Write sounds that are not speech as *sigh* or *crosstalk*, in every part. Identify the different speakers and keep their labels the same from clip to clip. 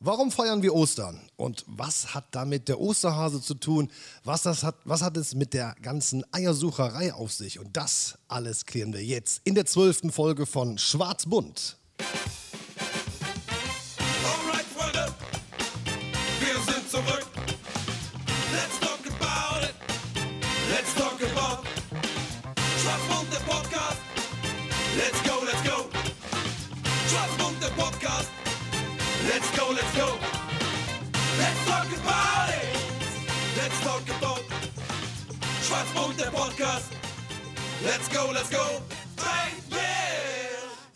Speaker 1: Warum feiern wir Ostern? Und was hat damit der Osterhase zu tun? Was, das hat, was hat es mit der ganzen Eiersucherei auf sich? Und das alles klären wir jetzt in der zwölften Folge von Schwarzbunt.
Speaker 2: Alright, Freunde, wir sind zurück. Let's talk about it. Let's talk about Schwarzbund, der Podcast. Let's go, let's go. Schwarzbund, der Podcast. Let's go, let's go. Let's talk about it. Let's talk about Schwarzbund, der Podcast. Let's go, let's go. Baby!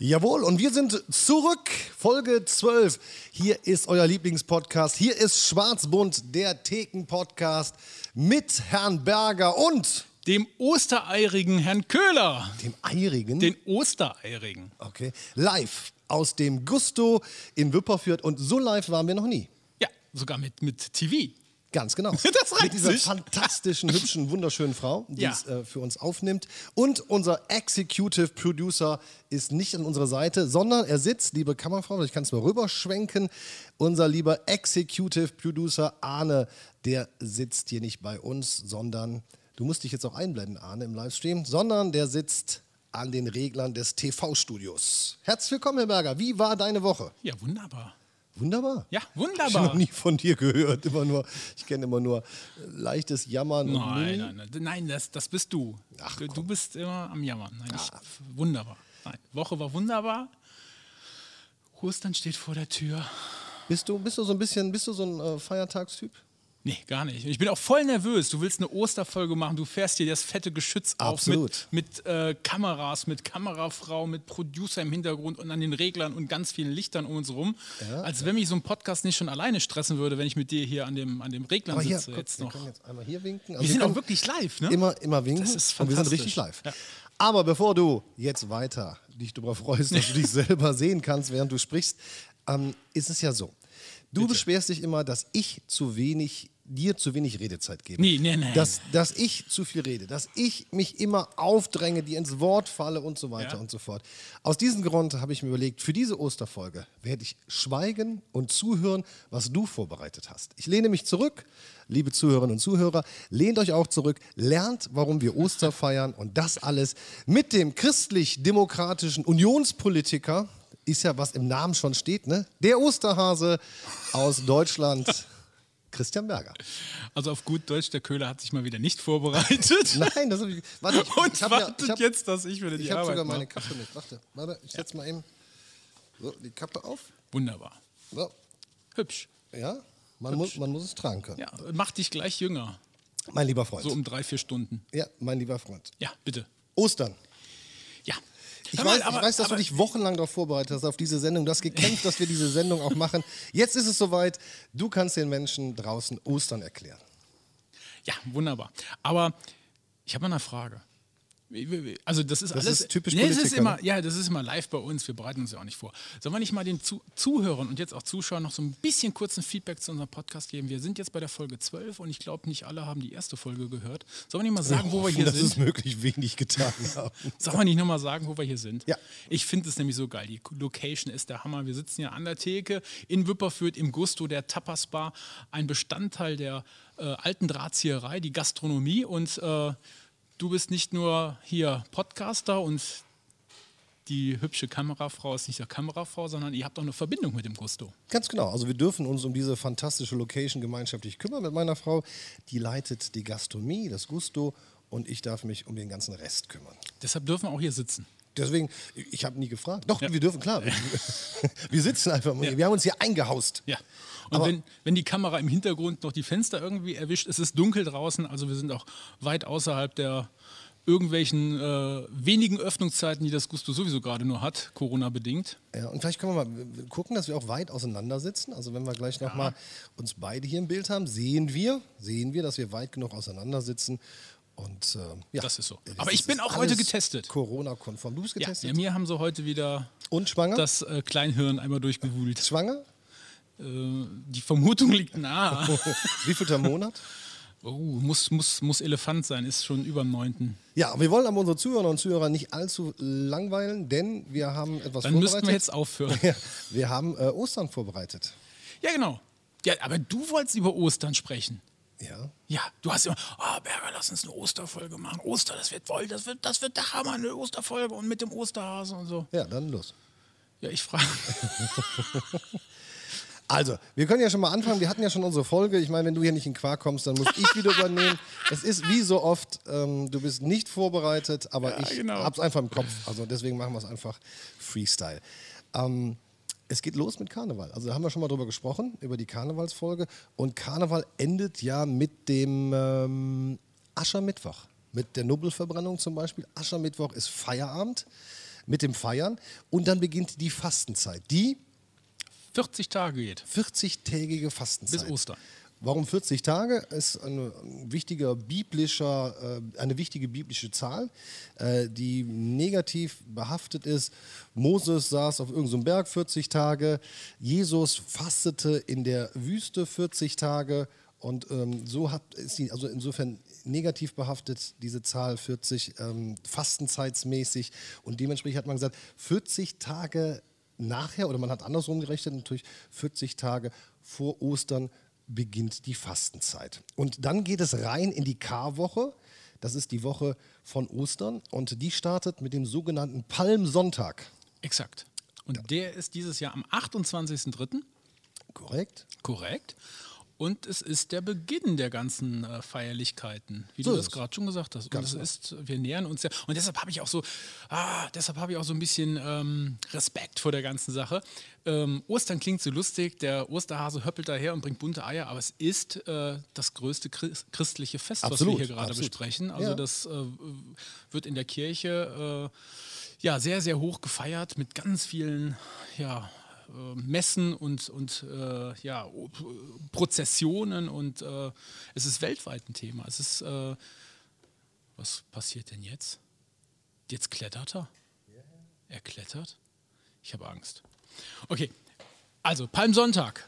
Speaker 1: Jawohl, und wir sind zurück. Folge 12. Hier ist euer Lieblingspodcast. Hier ist Schwarzbunt, der Theken-Podcast mit Herrn Berger und
Speaker 3: dem ostereirigen Herrn Köhler,
Speaker 1: dem Eirigen.
Speaker 3: den Ostereirigen.
Speaker 1: okay. Live aus dem Gusto in Wipperfürth. Und so live waren wir noch nie.
Speaker 3: Ja, sogar mit, mit TV.
Speaker 1: Ganz genau.
Speaker 3: *laughs* Das reicht
Speaker 1: Mit dieser
Speaker 3: nicht.
Speaker 1: fantastischen,
Speaker 3: *laughs*
Speaker 1: hübschen, wunderschönen Frau, die
Speaker 3: Ja.
Speaker 1: es äh, für uns aufnimmt. Und unser Executive Producer ist nicht an unserer Seite, sondern er sitzt, liebe Kammerfrau, ich kann es mal rüberschwenken. Unser lieber Executive Producer Arne, der sitzt hier nicht bei uns, sondern du musst dich jetzt auch einblenden, Arne, im Livestream, sondern der sitzt an den Reglern des TV-Studios. Herzlich willkommen, Herr Berger. Wie war deine Woche?
Speaker 3: Ja, wunderbar.
Speaker 1: Wunderbar.
Speaker 3: Ja,
Speaker 1: Ich habe noch
Speaker 3: wunderbar.
Speaker 1: nie von dir gehört. Immer nur, ich kenne immer nur äh, leichtes Jammern. und
Speaker 3: Nein,
Speaker 1: Mü-
Speaker 3: nein, nein, nein das, das bist du.
Speaker 1: Mhm. Ach,
Speaker 3: du, du
Speaker 1: komm. Ah.
Speaker 3: bist immer am Jammern. Nein, ich, wunderbar. Nein, Woche war wunderbar. Ostern steht vor der Tür.
Speaker 1: Bist du, bist du so ein bisschen, bist du so ein äh, Feiertagstyp?
Speaker 3: Nee, gar nicht. Ich bin auch voll nervös. Du willst eine Osterfolge machen, du fährst dir das fette Geschütz
Speaker 1: Absolut.
Speaker 3: auf mit, mit äh, Kameras, mit Kamerafrau, mit Producer im Hintergrund und an den Reglern und ganz vielen Lichtern um uns rum. Als wenn mich so ein Podcast nicht schon alleine stressen würde, wenn ich mit dir hier an dem, an dem Reglern
Speaker 1: hier,
Speaker 3: sitze.
Speaker 1: guck,
Speaker 3: jetzt
Speaker 1: wir
Speaker 3: noch.
Speaker 1: können jetzt einmal hier winken. Also
Speaker 3: wir sind
Speaker 1: können
Speaker 3: auch wirklich live, ne?
Speaker 1: Immer, immer winken.
Speaker 3: Das ist
Speaker 1: und wir sind richtig
Speaker 3: fantastisch.
Speaker 1: live.
Speaker 3: Ja.
Speaker 1: Aber bevor du jetzt weiter dich darüber freust, dass
Speaker 3: *laughs*
Speaker 1: du dich selber sehen kannst, während du sprichst, ähm, ist es ja so. Du beschwerst dich immer, dass ich zu wenig, dir zu wenig Redezeit gebe.
Speaker 3: Nee, nee, nee.
Speaker 1: Dass, dass ich zu viel rede, dass ich mich immer aufdränge, dir ins Wort falle und so weiter
Speaker 3: Ja.
Speaker 1: und so fort. Aus diesem Grund habe ich mir überlegt, für diese Osterfolge werde ich schweigen und zuhören, was du vorbereitet hast. Ich lehne mich zurück, liebe Zuhörerinnen und Zuhörer, lehnt euch auch zurück, lernt, warum wir Oster feiern und das alles mit dem christlich-demokratischen Unionspolitiker, ist ja was im Namen schon steht, ne? Der Osterhase aus Deutschland, Christian Berger.
Speaker 3: Also auf gut Deutsch, der Köhler hat sich mal wieder nicht
Speaker 1: *laughs*
Speaker 3: vorbereitet
Speaker 1: Nein, das habe ich. Warte, ich,
Speaker 3: *laughs* und
Speaker 1: ich hab ja,
Speaker 3: wartet
Speaker 1: ich hab,
Speaker 3: jetzt, dass ich wieder die
Speaker 1: Ich habe
Speaker 3: Arbeit ne?
Speaker 1: sogar
Speaker 3: mache.
Speaker 1: meine Kappe mit. Warte, warte, ich setze mal eben so, die Kappe auf.
Speaker 3: Wunderbar.
Speaker 1: So,
Speaker 3: Hübsch.
Speaker 1: ja, man muss, man muss es tragen können.
Speaker 3: Ja, mach dich gleich jünger.
Speaker 1: Mein lieber Freund.
Speaker 3: So um drei, vier Stunden.
Speaker 1: Ja, mein lieber Freund.
Speaker 3: Ja, bitte.
Speaker 1: Ostern.
Speaker 3: Ja.
Speaker 1: Ich,
Speaker 3: Hör mal,
Speaker 1: weiß,
Speaker 3: aber-
Speaker 1: ich weiß, dass
Speaker 3: aber-
Speaker 1: du dich wochenlang darauf vorbereitet hast, auf diese Sendung. Du hast gekämpft, dass wir diese Sendung auch machen. Jetzt ist es soweit. Du kannst den Menschen draußen Ostern erklären.
Speaker 3: Ja, wunderbar. Aber ich habe mal eine Frage. Also das ist
Speaker 1: Das
Speaker 3: alles
Speaker 1: ist typisch
Speaker 3: nee, das ist
Speaker 1: Politiker, ne?
Speaker 3: immer, Ja, das ist immer live bei uns. Wir bereiten uns ja auch nicht vor. Sollen wir nicht mal den Zu Zuhörern und jetzt auch Zuschauern noch so ein bisschen kurzen Feedback zu unserem Podcast geben? Wir sind jetzt bei der Folge 12 und ich glaube, nicht alle haben die erste Folge gehört. Sollen wir nicht mal sagen, wo wir hier
Speaker 1: dass es
Speaker 3: sind?
Speaker 1: möglich wenig getan haben.
Speaker 3: Sollen wir nicht nochmal sagen, wo wir hier sind?
Speaker 1: Ja.
Speaker 3: Ich finde es nämlich so geil. Die Location ist der Hammer. Wir sitzen hier an der Theke in Wipperfürth im Gusto der Tapas Bar, ein Bestandteil der äh, alten Drahtzieherei, die Gastronomie. Und äh, du bist nicht nur hier Podcaster und die hübsche Kamerafrau ist nicht der Kamerafrau, sondern ihr habt auch eine Verbindung mit dem Gusto.
Speaker 1: Ganz genau. Also wir dürfen uns um diese fantastische Location gemeinschaftlich kümmern mit meiner Frau. Die leitet die Gastronomie, das Gusto und ich darf mich um den ganzen Rest kümmern.
Speaker 3: Deshalb dürfen wir auch hier sitzen.
Speaker 1: Deswegen, ich habe nie gefragt. Doch, wir dürfen, klar. Wir, *laughs* wir sitzen einfach mal hier. Wir haben uns hier eingehaust.
Speaker 3: Ja. Und
Speaker 1: Aber-
Speaker 3: wenn, wenn die Kamera im Hintergrund noch die Fenster irgendwie erwischt, es ist dunkel draußen, also wir sind auch weit außerhalb der irgendwelchen äh, wenigen Öffnungszeiten, die das Gusto sowieso gerade nur hat, Corona-bedingt.
Speaker 1: Ja, und vielleicht können wir mal w- gucken, dass wir auch weit auseinander sitzen. Also wenn wir gleich nochmal uns beide hier im Bild haben, sehen wir, sehen wir, dass wir weit genug auseinander sitzen. Und, ähm, ja.
Speaker 3: Das ist so.
Speaker 1: Das
Speaker 3: Aber ich
Speaker 1: ist
Speaker 3: bin auch
Speaker 1: alles
Speaker 3: heute getestet.
Speaker 1: Corona-konform. Du bist
Speaker 3: Ja,
Speaker 1: getestet.
Speaker 3: ja, mir haben sie heute wieder
Speaker 1: und schwanger?
Speaker 3: das äh, Kleinhirn einmal durchgewühlt.
Speaker 1: schwanger?
Speaker 3: Äh, die Vermutung
Speaker 1: *laughs*
Speaker 3: liegt
Speaker 1: Oh.
Speaker 3: nahe.
Speaker 1: Wievielter Monat?
Speaker 3: Oh, muss, muss, muss Elefant sein, ist schon über dem 9.
Speaker 1: Ja, wir wollen aber unsere Zuhörer und Zuhörer nicht allzu langweilen, denn wir haben etwas
Speaker 3: Dann müssten
Speaker 1: vorbereitet. *laughs*
Speaker 3: wir jetzt aufhören.
Speaker 1: Ja, wir haben äh, Ostern vorbereitet.
Speaker 3: Ja, genau. Ja, aber du wolltest über Ostern sprechen.
Speaker 1: Ja.
Speaker 3: Ja, du hast immer, ah, Berger, lass uns eine Osterfolge machen. Oster, das wird voll, das wird, das wird der Hammer, eine Osterfolge und mit dem Osterhasen und so.
Speaker 1: Ja, dann los.
Speaker 3: Ja, ich *laughs* frage.
Speaker 1: Also, wir können ja schon mal anfangen. Wir hatten ja schon unsere Folge. Ich meine, wenn du hier nicht in Quark kommst, dann muss ich wieder übernehmen. Es ist wie so oft, ähm, du bist nicht vorbereitet, aber
Speaker 3: Ja,
Speaker 1: ich
Speaker 3: genau.
Speaker 1: hab's einfach im Kopf. Also deswegen machen wir es einfach Freestyle. Ähm, es geht los mit Karneval. Also da haben wir schon mal drüber gesprochen, über die Karnevalsfolge. Und Karneval endet ja mit dem ähm, Aschermittwoch. Mit der Nubbelverbrennung zum Beispiel. Aschermittwoch ist Feierabend mit dem Feiern. Und dann beginnt die Fastenzeit. Die
Speaker 3: 40 Tage geht.
Speaker 1: 40-tägige Fastenzeit.
Speaker 3: Bis Ostern.
Speaker 1: Warum 40 Tage? Ist eine, ein wichtiger biblischer, äh, eine wichtige biblische Zahl, äh, die negativ behaftet ist. Moses saß auf irgendeinem Berg 40 Tage, Jesus fastete in der Wüste 40 Tage und ähm, so hat, ist sie also insofern negativ behaftet, diese Zahl 40, ähm, fastenzeitsmäßig und dementsprechend hat man gesagt, 40 Tage nachher, oder man hat andersrum gerechnet, natürlich 40 Tage vor Ostern beginnt die Fastenzeit. Und dann geht es rein in die Karwoche. Das ist die Woche von Ostern und die startet mit dem sogenannten Palmsonntag.
Speaker 3: Exakt. Und der ist dieses Jahr am 28.03.
Speaker 1: Korrekt?
Speaker 3: Korrekt. Und es ist der Beginn der ganzen äh, Feierlichkeiten, wie
Speaker 1: So
Speaker 3: du
Speaker 1: ist
Speaker 3: das
Speaker 1: es.
Speaker 3: gerade schon gesagt hast.
Speaker 1: Ganz genau.
Speaker 3: und es ist, wir nähern uns ja. Und deshalb habe ich auch so, ah, deshalb habe ich auch so ein bisschen ähm, Respekt vor der ganzen Sache. Ähm, Ostern klingt so lustig, der Osterhase höppelt daher und bringt bunte Eier, aber es ist äh, das größte Christ christliche Fest,
Speaker 1: Absolut,
Speaker 3: was wir hier gerade
Speaker 1: absolut.
Speaker 3: besprechen. Also
Speaker 1: Ja.
Speaker 3: das äh, wird in der Kirche äh, ja sehr, sehr hoch gefeiert mit ganz vielen ja, äh, Messen und, und äh, ja, O- P- Prozessionen und äh, es ist weltweit ein Thema. Es ist, äh, was passiert denn jetzt? Jetzt klettert er? Er klettert? Ich habe Angst. Okay, also Palmsonntag.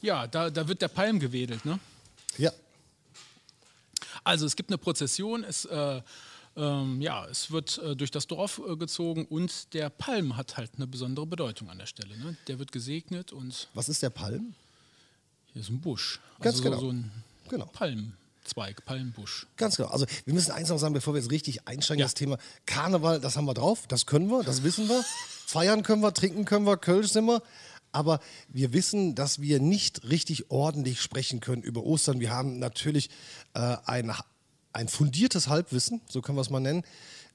Speaker 3: Ja, da, da wird der Palm gewedelt, ne?
Speaker 1: Ja.
Speaker 3: Also es gibt eine Prozession, es, äh, ähm, ja, es wird äh, durch das Dorf äh, gezogen und der Palm hat halt eine besondere Bedeutung an der Stelle. Ne? Der wird gesegnet und
Speaker 1: Was ist der Palm?
Speaker 3: hier ist ein Busch. Also
Speaker 1: Ganz
Speaker 3: so,
Speaker 1: genau.
Speaker 3: so ein
Speaker 1: Genau.
Speaker 3: Palmzweig, Palmbusch.
Speaker 1: Ganz genau. Also wir müssen eins noch sagen, bevor wir jetzt richtig einsteigen,
Speaker 3: Ja.
Speaker 1: das Thema Karneval, das haben wir drauf, das können wir, das wissen wir. Feiern können wir, trinken können wir, Kölsch sind wir. Aber wir wissen, dass wir nicht richtig ordentlich sprechen können über Ostern. Wir haben natürlich äh, ein, ein fundiertes Halbwissen, so können wir es mal nennen.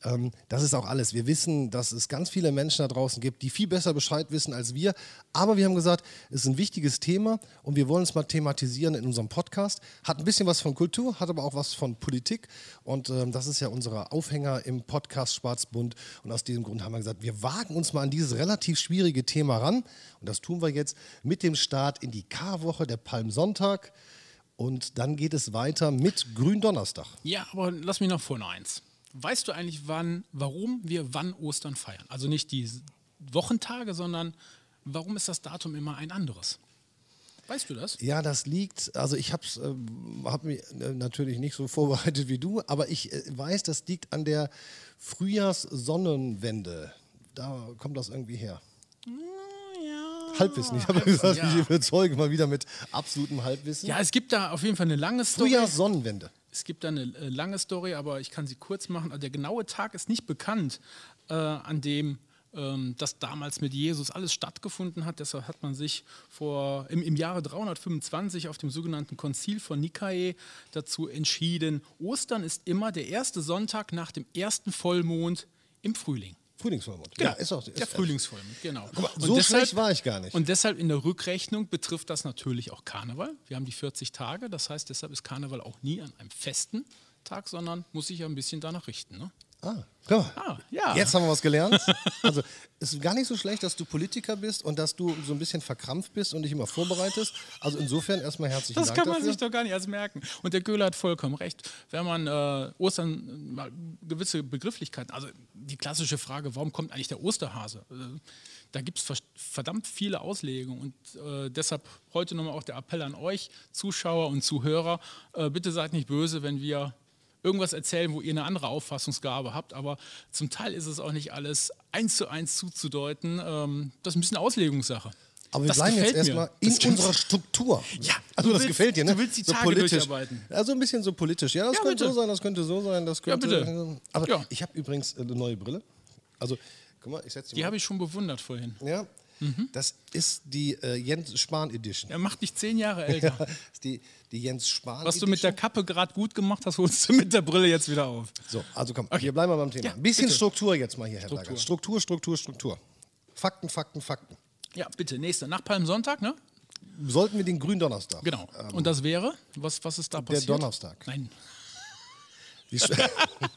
Speaker 1: Ähm, das ist auch alles. Wir wissen, dass es ganz viele Menschen da draußen gibt, die viel besser Bescheid wissen als wir. Aber wir haben gesagt, es ist ein wichtiges Thema und wir wollen es mal thematisieren in unserem Podcast. Hat ein bisschen was von Kultur, hat aber auch was von Politik. Und ähm, das ist ja unser Aufhänger im Podcast Schwarzbund. Und aus diesem Grund haben wir gesagt, wir wagen uns mal an dieses relativ schwierige Thema ran. Und das tun wir jetzt mit dem Start in die Karwoche, der Palmsonntag. Und dann geht es weiter mit Gründonnerstag.
Speaker 3: Ja, aber lass mich noch vorne eins. Weißt du eigentlich, wann, warum wir wann Ostern feiern? Also nicht die S- Wochentage, sondern warum ist das Datum immer ein anderes? Weißt du das?
Speaker 1: Ja, das liegt, also ich habe ähm, hab mich äh, natürlich nicht so *laughs* vorbereitet wie du, aber ich äh, weiß, das liegt an der Frühjahrssonnenwende. Da kommt das irgendwie her.
Speaker 3: Ah.
Speaker 1: Halbwissen. Ich habe gesagt,
Speaker 3: ja.
Speaker 1: ich überzeuge mal wieder mit absolutem Halbwissen.
Speaker 3: Ja, es gibt da auf jeden Fall eine lange Story.
Speaker 1: Frühjahrssonnenwende.
Speaker 3: Es gibt da eine äh, lange Story, aber ich kann sie kurz machen. Also der genaue Tag ist nicht bekannt, äh, an dem ähm, das damals mit Jesus alles stattgefunden hat. Deshalb hat man sich vor, im, im Jahre 325 auf dem sogenannten Konzil von Nikae dazu entschieden, Ostern ist immer der erste Sonntag nach dem ersten Vollmond im Frühling.
Speaker 1: Frühlingsvollmond. Ja, ist auch. Ist
Speaker 3: der Frühlingsvollmond, genau.
Speaker 1: mal, so schlecht war ich gar nicht.
Speaker 3: Und deshalb in der Rückrechnung betrifft das natürlich auch Karneval. Wir haben die 40 Tage, das heißt, deshalb ist Karneval auch nie an einem festen Tag, sondern muss sich ja ein bisschen danach richten. Ne?
Speaker 1: Ah, guck mal.
Speaker 3: Ah, ja.
Speaker 1: Jetzt haben wir was
Speaker 3: *laughs*
Speaker 1: gelernt. Also, es ist gar nicht so schlecht, dass du Politiker bist und dass du so ein bisschen verkrampft bist und dich immer vorbereitest. Also, insofern erstmal herzlichen
Speaker 3: Das
Speaker 1: Dank
Speaker 3: kann man
Speaker 1: dafür.
Speaker 3: sich doch gar nicht erst merken. Und der Göhler hat vollkommen recht. Wenn man äh, Ostern äh, mal gewisse Begrifflichkeiten, also die klassische Frage, warum kommt eigentlich der Osterhase? Äh, da gibt es verdammt viele Auslegungen. Und äh, deshalb heute nochmal auch der Appell an euch, Zuschauer und Zuhörer, äh, bitte seid nicht böse, wenn wir irgendwas erzählen, wo ihr eine andere Auffassungsgabe habt. Aber zum Teil ist es auch nicht alles eins zu eins zuzudeuten. Ähm, das ist ein bisschen Auslegungssache.
Speaker 1: Aber wir
Speaker 3: Das
Speaker 1: bleiben jetzt
Speaker 3: gefällt mir.
Speaker 1: erstmal in
Speaker 3: Das kannst-
Speaker 1: unserer Struktur.
Speaker 3: Ja,
Speaker 1: also
Speaker 3: du
Speaker 1: das
Speaker 3: willst-
Speaker 1: gefällt dir, ne?
Speaker 3: du willst die
Speaker 1: so
Speaker 3: Tage
Speaker 1: politisch.
Speaker 3: durcharbeiten.
Speaker 1: Ja, so ein bisschen so politisch. Ja, das
Speaker 3: Ja,
Speaker 1: könnte
Speaker 3: bitte.
Speaker 1: so sein, das könnte so sein, das könnte.
Speaker 3: bitte.
Speaker 1: Aber
Speaker 3: Ja.
Speaker 1: ich habe übrigens äh, eine neue Brille. Also, guck mal, ich setze
Speaker 3: Die
Speaker 1: mal.
Speaker 3: habe ich Mhm. schon bewundert vorhin.
Speaker 1: Ja, das ist die äh, Jens Spahn Edition. *laughs*
Speaker 3: Er macht dich zehn Jahre älter.
Speaker 1: Ja. *laughs* Das ist die, die Jens Spahn
Speaker 3: Was du
Speaker 1: Edition.
Speaker 3: mit der Kappe gerade gut gemacht hast, *laughs* holst du mit der Brille jetzt wieder auf.
Speaker 1: So, also komm, wir bleiben mal beim Thema.
Speaker 3: Ja,
Speaker 1: Ein bisschen
Speaker 3: bitte.
Speaker 1: Struktur jetzt mal hier, Herr
Speaker 3: Struktur.
Speaker 1: Berger. Struktur, Struktur, Struktur. Fakten, Fakten, Fakten.
Speaker 3: Ja, bitte, nächster. Nach Palmsonntag, ne?
Speaker 1: Sollten wir den Gründonnerstag?
Speaker 3: Genau. Und das wäre, was, was ist da
Speaker 1: Ähm, Der
Speaker 3: passiert?
Speaker 1: Donnerstag.
Speaker 3: Nein,
Speaker 1: Wie sch- *laughs*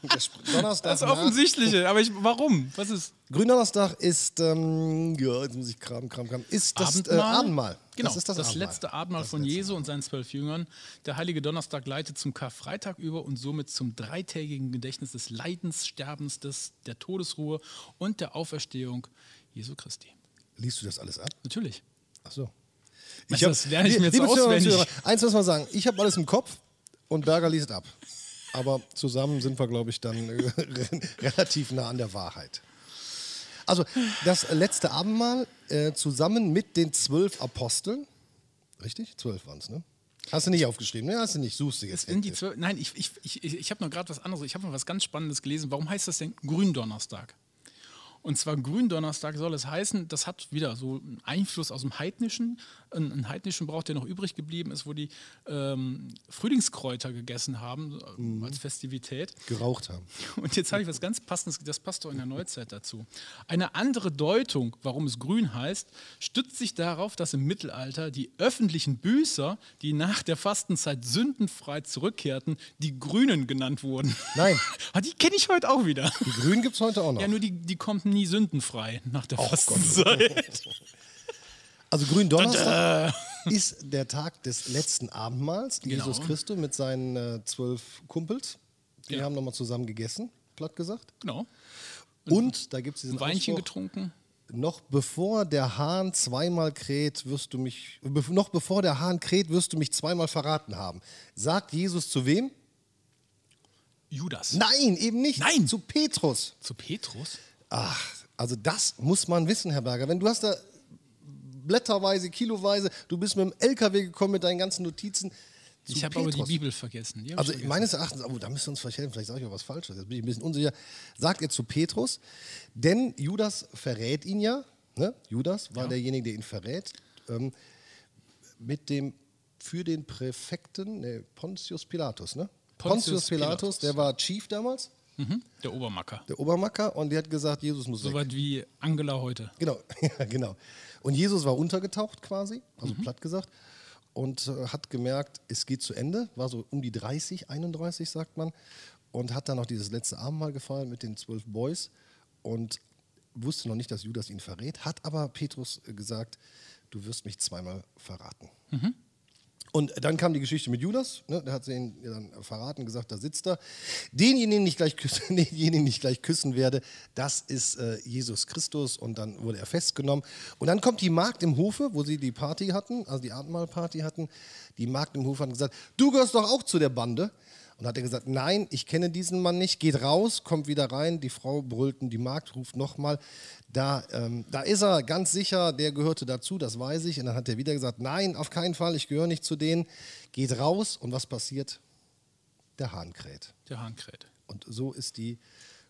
Speaker 1: Der Sp- Donnerstag.
Speaker 3: das ist
Speaker 1: nach-
Speaker 3: offensichtliche. Aber ich, warum? Was ist?
Speaker 1: Gründonnerstag ist, ähm, ja, jetzt muss ich kramen, kramen, kramen, ist das Abendmahl. Äh, Abendmahl.
Speaker 3: Genau,
Speaker 1: das
Speaker 3: das,
Speaker 1: ist das, Abendmahl.
Speaker 3: letzte Abendmahl
Speaker 1: Das
Speaker 3: von
Speaker 1: letzte.
Speaker 3: Jesu und seinen zwölf Jüngern. Der heilige Donnerstag leitet zum Karfreitag über und somit zum dreitägigen Gedächtnis des Leidens, Sterbens, des, der Todesruhe und der Auferstehung Jesu Christi.
Speaker 1: Liest du das alles ab?
Speaker 3: Natürlich.
Speaker 1: Ach so.
Speaker 3: Weißt du, das lerne ich mir jetzt
Speaker 1: Liebe Zuhörerinnen und
Speaker 3: auswendig.
Speaker 1: Zuhörer, eins muss man sagen, ich habe alles im Kopf und Berger liest ab. Aber zusammen sind wir, glaube ich, dann äh, *laughs* relativ nah an der Wahrheit. Also das letzte Abendmahl äh, zusammen mit den zwölf Aposteln, richtig? Zwölf waren es, ne? Hast du nicht aufgeschrieben, ne? Hast du nicht, suchst du jetzt.
Speaker 3: Es sind die
Speaker 1: hektisch.
Speaker 3: zwölf. Nein, ich, ich, ich, ich, ich habe noch gerade was anderes. Ich habe mal was ganz Spannendes gelesen. Warum heißt das denn Gründonnerstag? Und zwar Gründonnerstag soll es heißen, das hat wieder so einen Einfluss aus dem heidnischen, einen einen heidnischen Brauch, der noch übrig geblieben ist, wo die ähm, Frühlingskräuter gegessen haben äh, als Festivität.
Speaker 1: geraucht haben.
Speaker 3: Und jetzt habe ich was ganz Passendes, das passt doch in der Neuzeit dazu. Eine andere Deutung, warum es grün heißt, stützt sich darauf, dass im Mittelalter die öffentlichen Büßer, die nach der Fastenzeit sündenfrei zurückkehrten, die Grünen genannt wurden. *laughs*
Speaker 1: Nein.
Speaker 3: Aber die kenne ich heute auch wieder.
Speaker 1: Die Grünen gibt es heute auch noch.
Speaker 3: Ja, nur die, die kommen nie sündenfrei nach der
Speaker 1: oh
Speaker 3: Fastenzeit.
Speaker 1: Also Gründonnerstag ist der Tag des letzten Abendmahls.
Speaker 3: Genau.
Speaker 1: Jesus Christus mit seinen äh, zwölf Kumpels. Die
Speaker 3: Ja.
Speaker 1: haben nochmal zusammen gegessen, platt gesagt.
Speaker 3: *laughs* Genau.
Speaker 1: Und da gibt es diesen
Speaker 3: Ein Weinchen
Speaker 1: Ausspruch,
Speaker 3: getrunken.
Speaker 1: noch bevor der Hahn zweimal kräht, wirst du mich, bev- noch bevor der Hahn kräht, wirst du mich zweimal verraten haben. Sagt Jesus zu wem?
Speaker 3: Judas.
Speaker 1: Nein, eben nicht.
Speaker 3: Nein.
Speaker 1: Zu Petrus.
Speaker 3: Zu Petrus?
Speaker 1: Ach, also das muss man wissen, Herr Berger. Wenn du hast da blätterweise, kiloweise, du bist mit dem LKW gekommen mit deinen ganzen Notizen. zu
Speaker 3: Ich habe aber die
Speaker 1: Petros.
Speaker 3: Bibel vergessen. Die hab ich
Speaker 1: Also
Speaker 3: vergessen.
Speaker 1: meines Erachtens, oh, da müssen wir uns vielleicht helfen, vielleicht sage ich auch was Falsches, jetzt bin ich ein bisschen unsicher. Sagt er zu Petrus, denn Judas verrät ihn ja, ne? Judas war derjenige, der ihn verrät, ähm, mit dem für den Präfekten ne, Pontius Pilatus, ne? Pontius,
Speaker 3: Pontius
Speaker 1: Pilatus,
Speaker 3: Pilatus.
Speaker 1: der war Chief damals,
Speaker 3: Mhm. Der Obermacker.
Speaker 1: der Obermacker, und der hat gesagt, Jesus muss weg.
Speaker 3: Soweit wie Angela heute.
Speaker 1: Genau, *laughs* ja, genau. Und Jesus war untergetaucht quasi, also platt gesagt, und äh, hat gemerkt, es geht zu Ende, war so um die 30, 31 sagt man, und hat dann noch dieses letzte Abendmahl gefeiert mit den zwölf Boys und wusste noch nicht, dass Judas ihn verrät, hat aber Petrus äh, gesagt, du wirst mich zweimal verraten. Und dann kam die Geschichte mit Judas, ne, der hat sie ihnen dann verraten, gesagt, da sitzt er. Denjenigen, den ich gleich küssen, *laughs* denjenigen, den ich gleich küssen werde, das ist äh, Jesus Christus. Und dann wurde er festgenommen. Und dann kommt die Magd im Hofe, wo sie die Party hatten, also die Abendmahlparty hatten. Die Magd im Hofe hat gesagt, du gehörst doch auch zu der Bande. Und hat er gesagt, nein, ich kenne diesen Mann nicht, geht raus, kommt wieder rein. Die Frau brüllten, die Magd ruft nochmal, da, ähm, da ist er ganz sicher, der gehörte dazu, das weiß ich. Und dann hat er wieder gesagt, nein, auf keinen Fall, ich gehöre nicht zu denen. Geht raus und was passiert? Der Hahn kräht.
Speaker 3: Der Hahn kräht.
Speaker 1: Und so ist die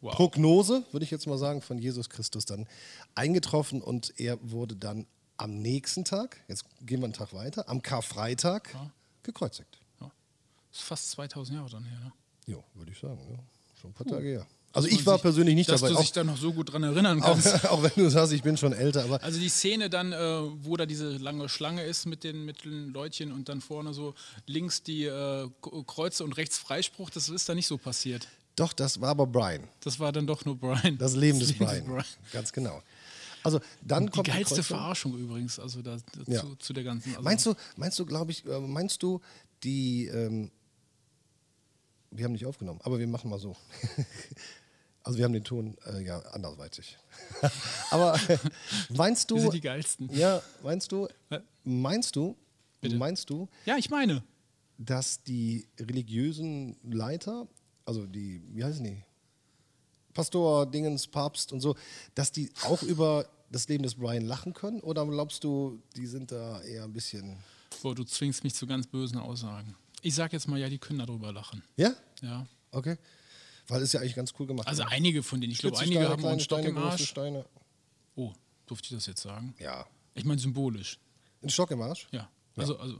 Speaker 3: Wow.
Speaker 1: Prognose, würde ich jetzt mal sagen, von Jesus Christus dann eingetroffen und er wurde dann am nächsten Tag, jetzt gehen wir einen Tag weiter, am Karfreitag gekreuzigt.
Speaker 3: Ja. Ist fast 2000 Jahre dann her, ne?
Speaker 1: Ja, würde ich sagen. Ja. Schon ein paar Tage her. Also ich war persönlich nicht
Speaker 3: Dass
Speaker 1: dabei.
Speaker 3: du
Speaker 1: Auch,
Speaker 3: dich da *laughs* noch so gut dran erinnern kannst.
Speaker 1: *laughs* auch, auch wenn du sagst, ich bin schon älter, aber
Speaker 3: Also die Szene dann, äh, wo da diese lange Schlange ist mit den, mit den Leutchen und dann vorne so links die äh, K- Kreuze und rechts Freispruch, das ist da nicht so passiert.
Speaker 1: doch, das war aber Brian.
Speaker 3: Das war dann doch nur Brian.
Speaker 1: Das Leben des Brian. Ganz genau. Also dann
Speaker 3: Die
Speaker 1: kommt
Speaker 3: geilste
Speaker 1: Kreuzung.
Speaker 3: Verarschung übrigens, also da, dazu,
Speaker 1: Ja.
Speaker 3: zu der ganzen. Also
Speaker 1: Meinst du, meinst du, glaube ich, äh, meinst du, die, ähm, wir haben nicht aufgenommen, aber wir machen mal so. *laughs* also wir haben den Ton, äh, ja, andersweitig. *laughs* aber *laughs* meinst du,
Speaker 3: Wir sind die geilsten.
Speaker 1: ja, meinst du,
Speaker 3: Hä?
Speaker 1: meinst du, meinst du,
Speaker 3: Ja, ich meine.
Speaker 1: dass die religiösen Leiter, also die, wie heißen die, Pastor, Dingens, Papst und so, dass die auch über das Leben des Brian lachen können? Oder glaubst du, die sind da eher ein bisschen.
Speaker 3: Boah, du zwingst mich zu ganz bösen Aussagen. Ich sag jetzt mal, ja, die können darüber lachen.
Speaker 1: Ja?
Speaker 3: Ja.
Speaker 1: Okay. Weil ist ja eigentlich ganz cool gemacht.
Speaker 3: Also einige von denen, ich glaube,
Speaker 1: Spitze
Speaker 3: einige
Speaker 1: Steine,
Speaker 3: haben auch einen
Speaker 1: kleine Steine,
Speaker 3: Stock im
Speaker 1: große
Speaker 3: Arsch.
Speaker 1: Steine.
Speaker 3: Oh, durfte ich das jetzt sagen?
Speaker 1: Ja.
Speaker 3: Ich meine symbolisch,
Speaker 1: Ein Stock im Arsch?
Speaker 3: ja. Also, also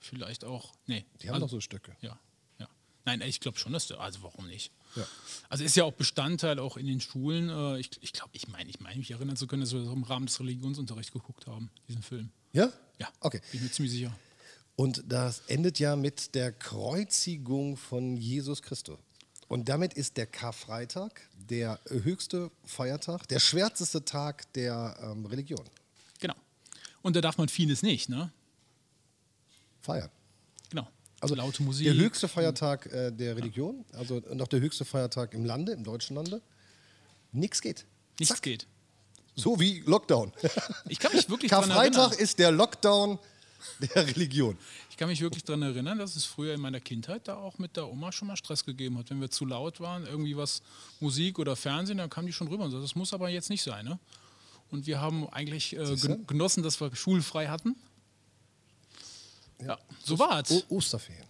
Speaker 3: vielleicht auch. Nee.
Speaker 1: Die haben
Speaker 3: also,
Speaker 1: doch so Stöcke.
Speaker 3: Ja, ja. Nein, ich glaube schon, dass du. Also warum nicht?
Speaker 1: Ja.
Speaker 3: Also ist ja auch Bestandteil auch in den Schulen. Äh, ich ich glaube, ich meine, ich meine mich erinnern zu können, dass wir das im Rahmen des Religionsunterrichts geguckt haben, diesen Film.
Speaker 1: Ja?
Speaker 3: Ja.
Speaker 1: Okay.
Speaker 3: Bin ich mir ziemlich sicher.
Speaker 1: Und das endet ja mit der Kreuzigung von Jesus Christus. Und damit ist der Karfreitag der höchste Feiertag, der schwärzeste Tag der ähm, Religion.
Speaker 3: Genau. Und da darf man vieles nicht, ne?
Speaker 1: Feiern.
Speaker 3: Genau. Also laute Musik.
Speaker 1: Der höchste Feiertag äh, der Religion, also und auch der höchste Feiertag im Lande, im deutschen Lande. Nichts geht.
Speaker 3: nichts
Speaker 1: Zack.
Speaker 3: geht.
Speaker 1: So wie Lockdown.
Speaker 3: Ich kann
Speaker 1: *laughs*
Speaker 3: mich wirklich dran erinnern.
Speaker 1: Karfreitag ist der Lockdown der Religion.
Speaker 3: Ich kann mich wirklich daran erinnern, dass es früher in meiner Kindheit da auch mit der Oma schon mal Stress gegeben hat. Wenn wir zu laut waren, irgendwie was Musik oder Fernsehen, dann kam die schon rüber und sagte, das muss aber jetzt nicht sein. Ne? Und wir haben eigentlich äh,
Speaker 1: Siehste?
Speaker 3: gen genossen, dass wir schulfrei hatten. Ja, so war's.
Speaker 1: O Osterferien.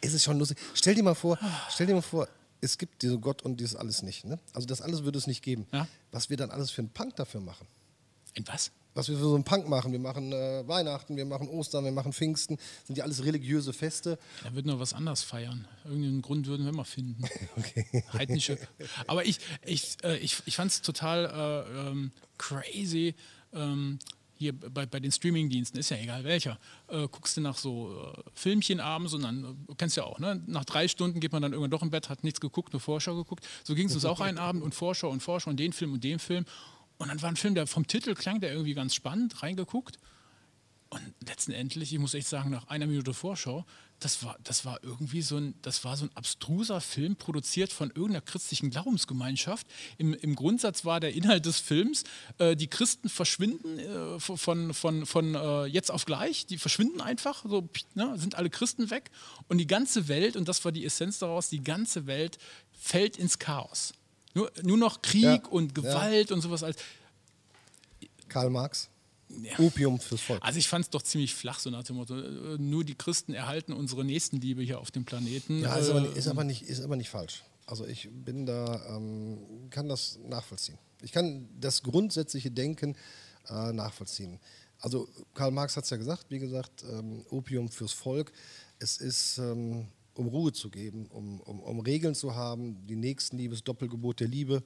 Speaker 1: Es ist schon lustig. Stell dir mal vor, stell dir mal vor, es gibt diesen Gott und dieses alles nicht. Ne? Also das alles würde es nicht geben.
Speaker 3: Ja.
Speaker 1: Was wir dann alles für einen Punk dafür machen.
Speaker 3: In was?
Speaker 1: Was wir für so einen Punk machen. Wir machen äh, Weihnachten, wir machen Ostern, wir machen Pfingsten. Sind ja alles religiöse Feste.
Speaker 3: Da würden wir was anders feiern. Irgendeinen Grund würden wir mal finden. Heidnische. Aber ich, ich, äh, ich, ich fand es total äh, ähm, crazy. Ähm, hier bei, bei den Streamingdiensten, ist ja egal welcher, äh, guckst du nach so äh, Filmchen abends und dann, äh, kennst ja auch, ne? nach drei Stunden geht man dann irgendwann doch im Bett, hat nichts geguckt, nur Vorschau geguckt. So ging es uns auch einen Abend und Vorschau und Vorschau und den Film und den Film. Und dann war ein Film, der vom Titel klang, der irgendwie ganz spannend, reingeguckt. Und letztendlich, ich muss echt sagen, nach einer Minute Vorschau, das war, das war irgendwie so ein, das war so ein abstruser Film, produziert von irgendeiner christlichen Glaubensgemeinschaft. Im, im Grundsatz war der Inhalt des Films, äh, die Christen verschwinden äh, von, von, von äh, jetzt auf gleich, die verschwinden einfach, so, pst, ne, sind alle Christen weg. Und die ganze Welt, und das war die Essenz daraus, die ganze Welt fällt ins Chaos. Nur, nur noch Krieg
Speaker 1: Ja,
Speaker 3: und
Speaker 1: ja.
Speaker 3: Gewalt und sowas alles.
Speaker 1: Karl Marx. Opium fürs Volk.
Speaker 3: Also ich fand es doch ziemlich flach, so nach dem Motto, äh, nur die Christen erhalten unsere Nächstenliebe hier auf dem Planeten.
Speaker 1: ja, also- ist aber,
Speaker 3: Äh,
Speaker 1: ist, aber nicht, ist aber nicht falsch. Also ich bin da, ähm, kann das nachvollziehen. Ich kann das grundsätzliche Denken äh, nachvollziehen. Also Karl Marx hat es ja gesagt, wie gesagt, ähm, Opium fürs Volk. Es ist, ähm, um Ruhe zu geben, um, um, um Regeln zu haben, die Nächstenliebe ist Doppelgebot der Liebe,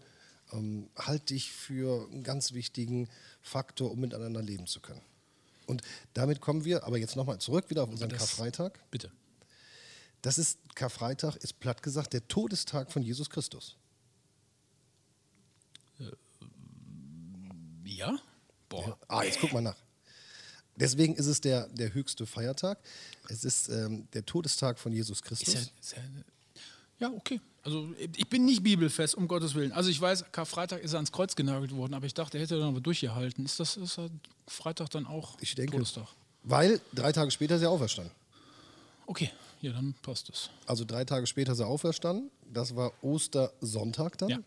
Speaker 1: ähm, halte ich für einen ganz wichtigen Faktor, um miteinander leben zu können. Und damit kommen wir, aber jetzt nochmal zurück wieder auf unseren
Speaker 3: das-
Speaker 1: Karfreitag.
Speaker 3: Bitte.
Speaker 1: Das ist Karfreitag, ist platt gesagt der Todestag von Jesus Christus.
Speaker 3: Ja? Boah.
Speaker 1: Ah, jetzt guck mal nach. Deswegen ist es der, der höchste Feiertag. Es ist ähm, der Todestag von Jesus Christus.
Speaker 3: Ist ja, ist ja, ja, okay. Also ich bin nicht bibelfest, um Gottes Willen. Also ich weiß, Karfreitag ist er ans Kreuz genagelt worden, aber ich dachte, er hätte dann aber durchgehalten. Ist das ist er Freitag dann auch
Speaker 1: ich denke.
Speaker 3: Todestag?
Speaker 1: Weil drei Tage später ist er auferstanden.
Speaker 3: Okay, ja, dann passt es.
Speaker 1: Also drei Tage später ist er auferstanden. Das war Ostersonntag dann.
Speaker 3: Ja.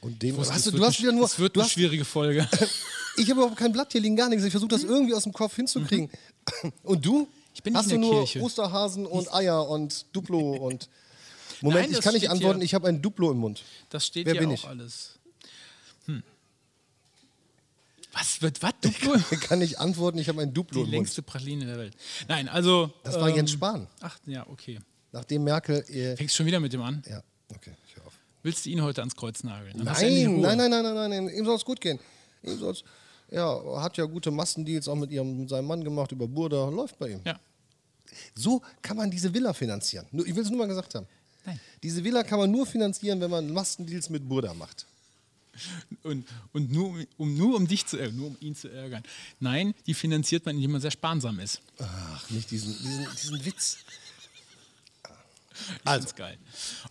Speaker 1: Und dem
Speaker 3: Das
Speaker 1: hast du,
Speaker 3: wird
Speaker 1: du hast
Speaker 3: eine-
Speaker 1: wieder nur.
Speaker 3: Das wird
Speaker 1: Du
Speaker 3: eine
Speaker 1: hast, *laughs*
Speaker 3: schwierige Folge.
Speaker 1: ich habe überhaupt kein Blatt hier liegen, gar nichts. Ich versuche das irgendwie aus dem Kopf hinzukriegen. Und du?
Speaker 3: Mhm. Ich bin nicht
Speaker 1: hast
Speaker 3: in
Speaker 1: du
Speaker 3: der
Speaker 1: nur
Speaker 3: Kirche.
Speaker 1: Osterhasen und Eier und
Speaker 3: *laughs*
Speaker 1: Duplo und. Moment,
Speaker 3: Nein,
Speaker 1: ich
Speaker 3: das
Speaker 1: kann nicht
Speaker 3: steht
Speaker 1: antworten,
Speaker 3: hier.
Speaker 1: ich habe ein Duplo im Mund.
Speaker 3: Das steht
Speaker 1: Wer
Speaker 3: hier
Speaker 1: bin
Speaker 3: auch
Speaker 1: ich?
Speaker 3: alles. Hm. Was wird was? Duplo?
Speaker 1: kann ich antworten, ich habe ein Duplo
Speaker 3: Die
Speaker 1: im Mund.
Speaker 3: längste Praline der Welt. Nein, also.
Speaker 1: Das war Jens Spahn,
Speaker 3: Ach, ja, okay.
Speaker 1: nachdem Merkel. Ihr,
Speaker 3: Fängst schon wieder mit dem an?
Speaker 1: ja, okay, ich hör auf.
Speaker 3: Willst du ihn heute ans Kreuz nageln? Dann hast du endlich
Speaker 1: Nein,
Speaker 3: Ruhe.
Speaker 1: nein, nein, nein, nein, nein, ihm soll es gut gehen. Ihm soll's, ja, hat ja gute Massendeals auch mit ihrem, mit seinem Mann gemacht über Burda, läuft bei ihm.
Speaker 3: Ja.
Speaker 1: So kann man diese Villa finanzieren. Nur- Ich will es nur mal gesagt haben.
Speaker 3: Nein.
Speaker 1: Diese Villa kann man nur finanzieren, wenn man Massendeals mit Burda macht.
Speaker 3: Und, und nur, um, nur um dich zu ärgern, nur um ihn zu ärgern. Nein, die finanziert man, indem man sehr sparsam ist.
Speaker 1: Ach, nicht diesen, diesen, diesen Witz.
Speaker 3: Also. geil.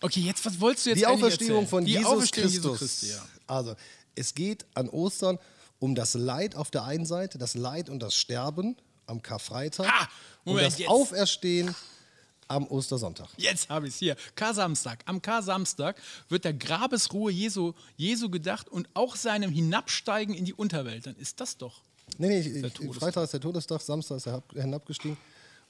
Speaker 3: Okay, jetzt, was wolltest du jetzt
Speaker 1: Die
Speaker 3: eigentlich
Speaker 1: Auferstehung
Speaker 3: erzählen?
Speaker 1: von
Speaker 3: Die
Speaker 1: Jesus
Speaker 3: Auferstehung Jesu
Speaker 1: Christus.
Speaker 3: Christi, ja.
Speaker 1: Also, es geht an Ostern um das Leid auf der einen Seite, das Leid und das Sterben am Karfreitag
Speaker 3: Ha!
Speaker 1: und
Speaker 3: Moment,
Speaker 1: das
Speaker 3: jetzt.
Speaker 1: Auferstehen am Ostersonntag.
Speaker 3: Jetzt habe ich es hier. Kar-Samstag. Am Kar-Samstag wird der Grabesruhe Jesu, Jesu gedacht und auch seinem Hinabsteigen in die Unterwelt. Dann ist das doch.
Speaker 1: Nee, nee, ich, ich,
Speaker 3: Todestag.
Speaker 1: Freitag ist der Todestag, Samstag ist er hab- hinabgestiegen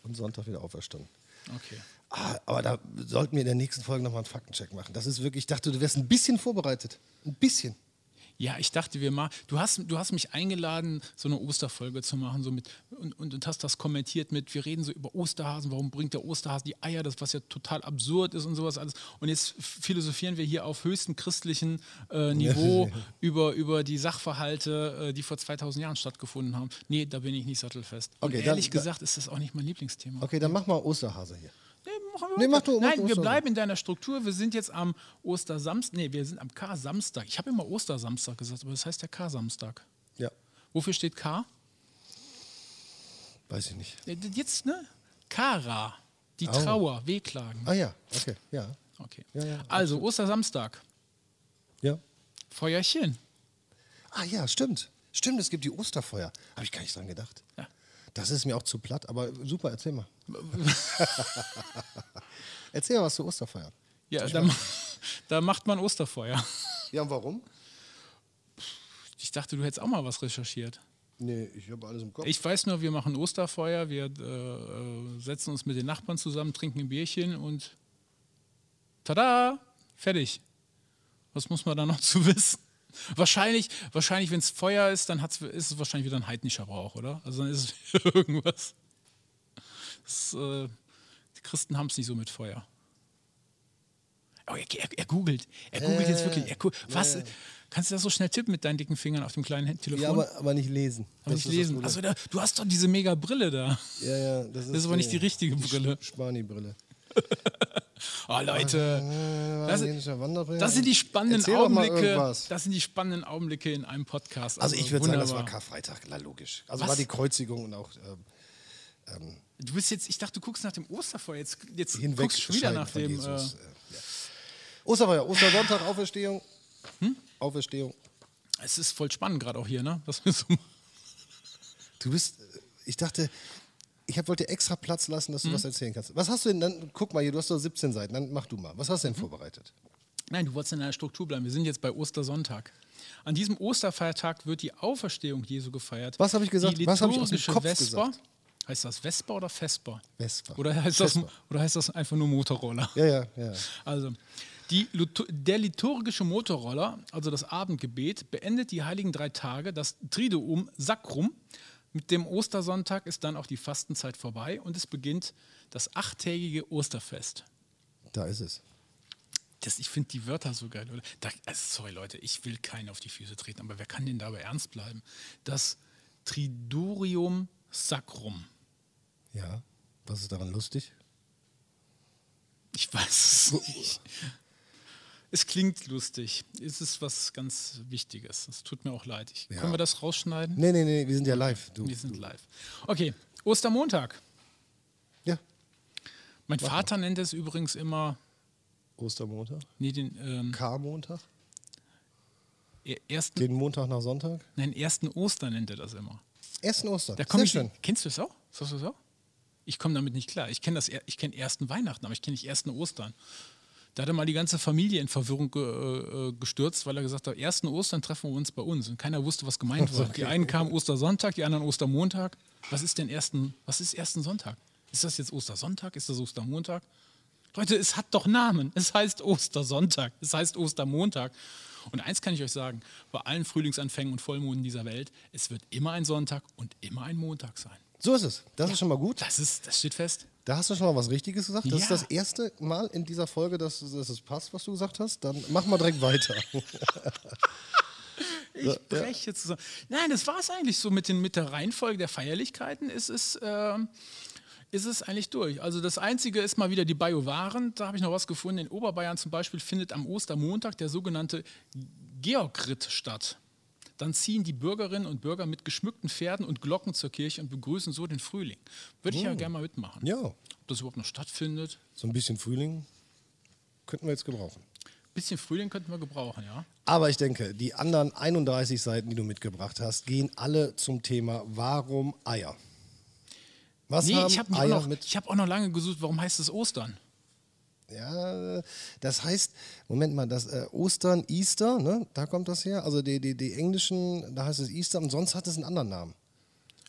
Speaker 1: und Sonntag wieder auferstanden.
Speaker 3: Okay.
Speaker 1: Ah, aber da sollten wir in der nächsten Folge nochmal einen Faktencheck machen. Das ist wirklich, ich dachte, du wärst ein bisschen vorbereitet. Ein bisschen.
Speaker 3: Ja, ich dachte, wir mal. Du hast, du hast mich eingeladen, so eine Osterfolge zu machen, so mit und, und, und hast das kommentiert mit, wir reden so über Osterhasen, warum bringt der Osterhasen die Eier, das was ja total absurd ist und sowas alles. Und jetzt philosophieren wir hier auf höchstem christlichen äh, Niveau über, über die Sachverhalte, äh, die vor 2000 Jahren stattgefunden haben. Nee, da bin ich nicht sattelfest. Und
Speaker 1: Okay, dann-
Speaker 3: ehrlich
Speaker 1: dann-
Speaker 3: gesagt ist das auch nicht mein Lieblingsthema.
Speaker 1: Okay, dann mach mal Osterhase hier.
Speaker 3: Nee, machen wir
Speaker 1: Nee,
Speaker 3: weiter.
Speaker 1: mach du- mach
Speaker 3: Nein,
Speaker 1: du
Speaker 3: wir
Speaker 1: Ostersamstag.
Speaker 3: bleiben in deiner Struktur. Wir sind jetzt am Ostersamstag. Nee, wir sind am K-Samstag. Ich habe immer Ostersamstag gesagt, aber das heißt der K-Samstag.
Speaker 1: Ja.
Speaker 3: Wofür steht K?
Speaker 1: Weiß ich nicht.
Speaker 3: Äh, d- Jetzt, ne? Kara. Die Trauer, Wehklagen.
Speaker 1: Oh. Ah ja, okay, ja.
Speaker 3: Okay.
Speaker 1: Ja, ja,
Speaker 3: also, Ostersamstag.
Speaker 1: Ja.
Speaker 3: Feuerchen.
Speaker 1: Ah ja, stimmt. Stimmt, es gibt die Osterfeuer. Habe ich gar nicht dran gedacht.
Speaker 3: Ja.
Speaker 1: Das ist mir auch zu platt, aber super, erzähl mal. *laughs* erzähl mal was zu Osterfeuer.
Speaker 3: Ja, da, ma- *laughs* da macht man Osterfeuer.
Speaker 1: Ja, und warum?
Speaker 3: Ich dachte, du hättest auch mal was recherchiert.
Speaker 1: Nee, ich habe alles im Kopf.
Speaker 3: Ich weiß nur, wir machen Osterfeuer, wir äh, äh, setzen uns mit den Nachbarn zusammen, trinken ein Bierchen und tada, fertig. Was muss man da noch *laughs* zu wissen? Wahrscheinlich, wahrscheinlich wenn es Feuer ist, dann hat's, ist es wahrscheinlich wieder ein heidnischer Rauch, oder? Also dann ist es *laughs* wieder irgendwas. Das, äh, die Christen haben es nicht so mit Feuer. Oh, er, er, er googelt. Er googelt
Speaker 1: Äh,
Speaker 3: jetzt wirklich. Er, gu- was? Kannst du das so schnell tippen mit deinen dicken Fingern auf dem kleinen Hä- Telefon?
Speaker 1: ja, aber, aber nicht lesen.
Speaker 3: Habe ich lesen.
Speaker 1: Das
Speaker 3: Also da, du hast doch diese mega Brille da.
Speaker 1: Problem. ja, ja, das,
Speaker 3: ist aber nicht die richtige Brille.
Speaker 1: Sch- Spani-Brille.
Speaker 3: *laughs* Oh Leute,
Speaker 1: Das,
Speaker 3: Das- das sind die spannenden
Speaker 1: Erzähl doch mal
Speaker 3: Augenblicke.
Speaker 1: irgendwas.
Speaker 3: Das sind die spannenden Augenblicke in einem Podcast.
Speaker 1: Also ich würde sagen, das war
Speaker 3: wunderbar.
Speaker 1: Karfreitag, na, logisch. Also
Speaker 3: Was?
Speaker 1: war die Kreuzigung und auch ähm,
Speaker 3: Du bist jetzt, ich dachte, du guckst nach dem Osterfeuer. Jetzt, jetzt
Speaker 1: hinweg
Speaker 3: guckst du schon wieder nach
Speaker 1: von
Speaker 3: dem. Äh,
Speaker 1: Jesus. Äh, ja. Osterfeuer, Ostersonntag, Auferstehung.
Speaker 3: Hm?
Speaker 1: Auferstehung.
Speaker 3: es ist voll spannend gerade auch hier, ne? Was wir so machen.
Speaker 1: Du bist, äh, ich dachte, ich hab, wollte extra Platz lassen, dass du
Speaker 3: Mhm.
Speaker 1: was erzählen kannst. Was hast du denn, dann guck mal hier, du hast doch 17 Seiten, dann mach du mal. Was
Speaker 3: Mhm.
Speaker 1: hast du denn vorbereitet?
Speaker 3: Nein, du wolltest in einer Struktur bleiben. Wir sind jetzt bei Ostersonntag. An diesem Osterfeiertag wird die Auferstehung Jesu gefeiert.
Speaker 1: Was habe ich gesagt?
Speaker 3: Die
Speaker 1: Was habe ich aus dem
Speaker 3: liturgische
Speaker 1: Kopf
Speaker 3: Vesper.
Speaker 1: gesagt?
Speaker 3: Heißt das Vesper oder Vesper?
Speaker 1: Vesper.
Speaker 3: Oder heißt, das,
Speaker 1: Vesper.
Speaker 3: oder heißt das einfach nur Motorroller?
Speaker 1: Ja, ja, ja.
Speaker 3: Also, die, Litu- der liturgische Motorroller, also das Abendgebet, beendet die heiligen drei Tage, das Triduum Sacrum. Mit dem Ostersonntag ist dann auch die Fastenzeit vorbei und es beginnt das achttägige Osterfest.
Speaker 1: Da ist es.
Speaker 3: Das, ich finde die Wörter so geil, oder? Da, also, sorry, Leute, ich will keinen auf die Füße treten, aber wer kann denn dabei ernst bleiben? Das Tridurium Sacrum.
Speaker 1: Ja. Was ist daran lustig?
Speaker 3: Ich weiß es nicht. Es klingt lustig. Es ist was ganz Wichtiges. Es tut mir auch leid. Ich,
Speaker 1: Ja.
Speaker 3: Können wir das rausschneiden?
Speaker 1: Nee, nee, nee, wir sind ja live. Du.
Speaker 3: Wir sind live. Okay, Ostermontag.
Speaker 1: Ja.
Speaker 3: Mein Vater nennt es übrigens immer,
Speaker 1: Ostermontag.
Speaker 3: nee, den ähm,
Speaker 1: Karmontag.
Speaker 3: er- ersten,
Speaker 1: Den Montag nach Sonntag.
Speaker 3: nein, ersten Ostern nennt er das immer.
Speaker 1: Ersten Ostern.
Speaker 3: Da komm
Speaker 1: Sehr
Speaker 3: ich,
Speaker 1: schön.
Speaker 3: Kennst du es auch? Sagst du es auch? Ich komme damit nicht klar. Ich kenne das, er- ich kenne ersten Weihnachten, aber ich kenne nicht ersten Ostern. Da hat er mal die ganze Familie in Verwirrung ge, äh, gestürzt, weil er gesagt hat, ersten Ostern treffen wir uns bei uns. Und keiner wusste, was gemeint *laughs* war. Die einen kamen Ostersonntag, die anderen Ostermontag. Was ist denn ersten, was ist ersten Sonntag? Ist das jetzt Ostersonntag? Ist das Ostermontag? Leute, es hat doch Namen. Es heißt Ostersonntag. Es heißt Ostermontag. Und eins kann ich euch sagen, bei allen Frühlingsanfängen und Vollmonden dieser Welt, es wird immer ein Sonntag und immer ein Montag sein.
Speaker 1: So ist es. Das ist schon mal gut.
Speaker 3: Das ist, das steht fest.
Speaker 1: Da hast du schon mal was Richtiges gesagt. Das ist
Speaker 3: Ja.
Speaker 1: das erste Mal in dieser Folge, dass, dass es passt, was du gesagt hast. Dann mach mal direkt
Speaker 3: *laughs*
Speaker 1: weiter.
Speaker 3: Ich breche zusammen. Nein, das war es eigentlich so mit, den, mit der Reihenfolge der Feierlichkeiten. Ist es, ähm, ist es eigentlich durch. Also das Einzige ist mal wieder die Biowaren. Da habe ich noch was gefunden. In Oberbayern zum Beispiel findet am Ostermontag der sogenannte Georgritt statt. Dann ziehen die Bürgerinnen und Bürger mit geschmückten Pferden und Glocken zur Kirche und begrüßen so den Frühling. Würde ich ja gerne mal mitmachen.
Speaker 1: Oh. Ja.
Speaker 3: Ob das überhaupt noch stattfindet.
Speaker 1: So ein bisschen Frühling könnten wir jetzt gebrauchen.
Speaker 3: Bisschen Frühling könnten wir gebrauchen, ja.
Speaker 1: Aber ich denke, die anderen 31 Seiten, die du mitgebracht hast, gehen alle zum Thema Warum Eier? Was
Speaker 3: Nee,
Speaker 1: haben
Speaker 3: ich habe
Speaker 1: Eier
Speaker 3: auch, noch-
Speaker 1: mit?
Speaker 3: ich hab auch noch lange gesucht, warum heißt es Ostern?
Speaker 1: Ja, das heißt, Moment mal, das äh, Ostern, Easter, ne? Da kommt das her. Also die, die, die englischen, da heißt es Easter und sonst hat es einen anderen Namen.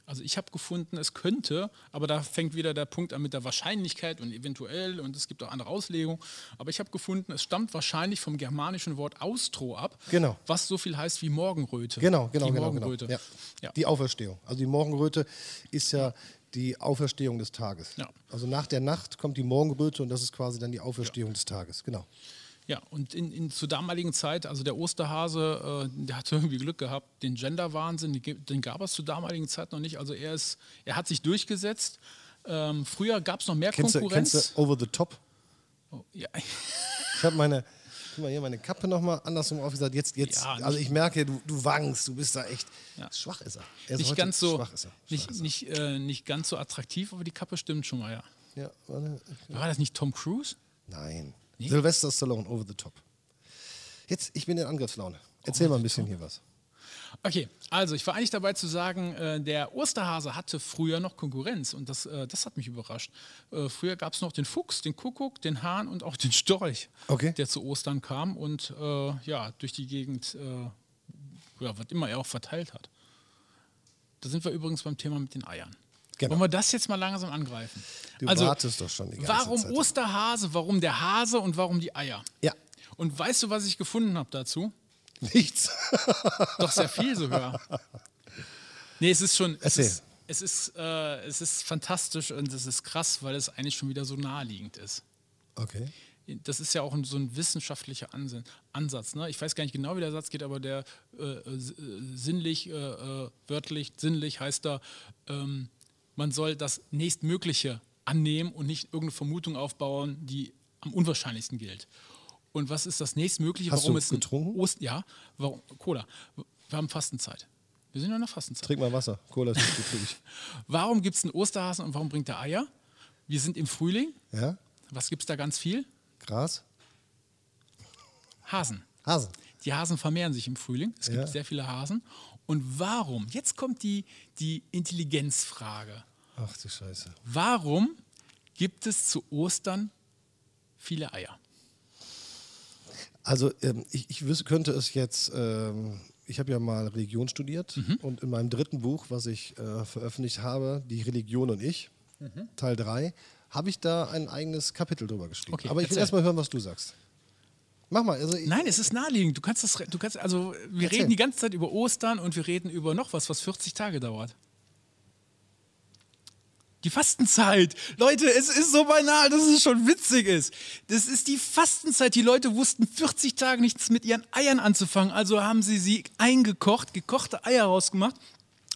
Speaker 3: Also ich habe gefunden, es könnte, aber da fängt wieder der Punkt an mit der Wahrscheinlichkeit und eventuell und es gibt auch andere Auslegungen. Aber ich habe gefunden, es stammt wahrscheinlich vom germanischen Wort Austro ab,
Speaker 1: Genau.
Speaker 3: was so viel heißt wie Morgenröte.
Speaker 1: Genau, genau,
Speaker 3: die
Speaker 1: genau.
Speaker 3: Morgenröte.
Speaker 1: genau. Ja.
Speaker 3: Ja.
Speaker 1: Die Auferstehung. Also die Morgenröte ist ja die Auferstehung des Tages.
Speaker 3: Ja.
Speaker 1: Also nach der Nacht kommt die Morgenröte und das ist quasi dann die Auferstehung des Tages. Genau.
Speaker 3: Ja, und in, in, zur damaligen Zeit, also der Osterhase, äh, der hatte *laughs* irgendwie Glück gehabt, den Genderwahnsinn, den ge- den gab es zur damaligen Zeit noch nicht. Also er ist, er hat sich durchgesetzt. Ähm, früher gab es noch mehr
Speaker 1: Kennst du,
Speaker 3: Konkurrenz.
Speaker 1: kennst du Over the Top?
Speaker 3: Oh, ja.
Speaker 1: Ich habe meine, guck mal hier, meine Kappe nochmal andersrum aufgesagt. Jetzt, jetzt,
Speaker 3: Ja,
Speaker 1: also ich merke, du, du wankst, du bist da echt.
Speaker 3: Ja.
Speaker 1: Schwach ist er. er ist
Speaker 3: nicht
Speaker 1: heute
Speaker 3: ganz so,
Speaker 1: Schwach ist er. Schwach
Speaker 3: nicht,
Speaker 1: ist er.
Speaker 3: nicht, äh, nicht ganz so attraktiv, aber die Kappe stimmt schon mal, ja.
Speaker 1: Ja, warte.
Speaker 3: War das nicht Tom Cruise?
Speaker 1: Nein. Sylvester Stallone, Over the Top. Jetzt, ich bin in Angriffslaune. Erzähl mal ein bisschen hier was. *laughs*
Speaker 3: Okay, also ich war eigentlich dabei zu sagen, äh, der Osterhase hatte früher noch Konkurrenz und das, äh, das hat mich überrascht. Äh, früher gab es noch den Fuchs, den Kuckuck, den Hahn und auch den Storch,
Speaker 1: Okay.
Speaker 3: der zu Ostern kam und äh, ja, durch die Gegend, äh, ja, was immer er auch verteilt hat. Da sind wir übrigens beim Thema mit den Eiern.
Speaker 1: Genau.
Speaker 3: Wollen wir das jetzt mal langsam angreifen? Also,
Speaker 1: Du wartest doch schon die ganze
Speaker 3: Warum
Speaker 1: Zeit.
Speaker 3: Osterhase, warum der Hase und warum die Eier?
Speaker 1: Ja,
Speaker 3: Und weißt du, was ich gefunden habe dazu?
Speaker 1: nichts.
Speaker 3: Doch sehr viel sogar. Nee, es ist schon. Es
Speaker 1: Erzähl.
Speaker 3: ist, es ist, äh, es ist fantastisch und es ist krass, weil es eigentlich schon wieder so naheliegend ist.
Speaker 1: Okay.
Speaker 3: Das ist ja auch ein, so ein wissenschaftlicher Ansin Ansatz. Ne? Ich weiß gar nicht genau, wie der Satz geht, aber der äh, äh, s- äh, sinnlich, äh, äh, wörtlich, sinnlich heißt da, ähm, man soll das Nächstmögliche annehmen und nicht irgendeine Vermutung aufbauen, die am unwahrscheinlichsten gilt. Und was ist das Nächstmögliche?
Speaker 1: Hast du
Speaker 3: warum es ein
Speaker 1: getrunken?
Speaker 3: Ost ja, warum, Cola. Wir haben Fastenzeit. Wir sind ja in der Fastenzeit.
Speaker 1: Trink mal Wasser. Cola ist nicht gut für dich.
Speaker 3: Warum gibt es einen Osterhasen und warum bringt er Eier? Wir sind im Frühling.
Speaker 1: Ja?
Speaker 3: Was gibt es da ganz viel?
Speaker 1: Gras?
Speaker 3: Hasen.
Speaker 1: Hasen.
Speaker 3: Die Hasen vermehren sich im Frühling. Es gibt
Speaker 1: Ja.
Speaker 3: sehr viele Hasen. Und warum? Jetzt kommt die, die Intelligenzfrage.
Speaker 1: Ach du Scheiße.
Speaker 3: Warum gibt es zu Ostern viele Eier?
Speaker 1: Also ähm, ich, ich wüs- könnte es jetzt, ähm, ich habe ja mal Religion studiert
Speaker 3: Mhm.
Speaker 1: und in meinem dritten Buch, was ich äh, veröffentlicht habe, Die Religion und ich,
Speaker 3: Mhm.
Speaker 1: Teil 3, habe ich da ein eigenes Kapitel drüber geschrieben.
Speaker 3: Okay,
Speaker 1: Aber ich will
Speaker 3: erzähl.
Speaker 1: erstmal hören, was du sagst. Mach mal. Also ich,
Speaker 3: Nein, es ist naheliegend. Du kannst das, re- du kannst, also wir reden die ganze Zeit über Ostern und wir reden über noch was, was 40 Tage dauert. Die Fastenzeit. Leute, es ist so banal, dass es schon witzig ist. Das ist die Fastenzeit. Die Leute wussten 40 Tage nichts mit ihren Eiern anzufangen. Also haben sie sie eingekocht, gekochte Eier rausgemacht,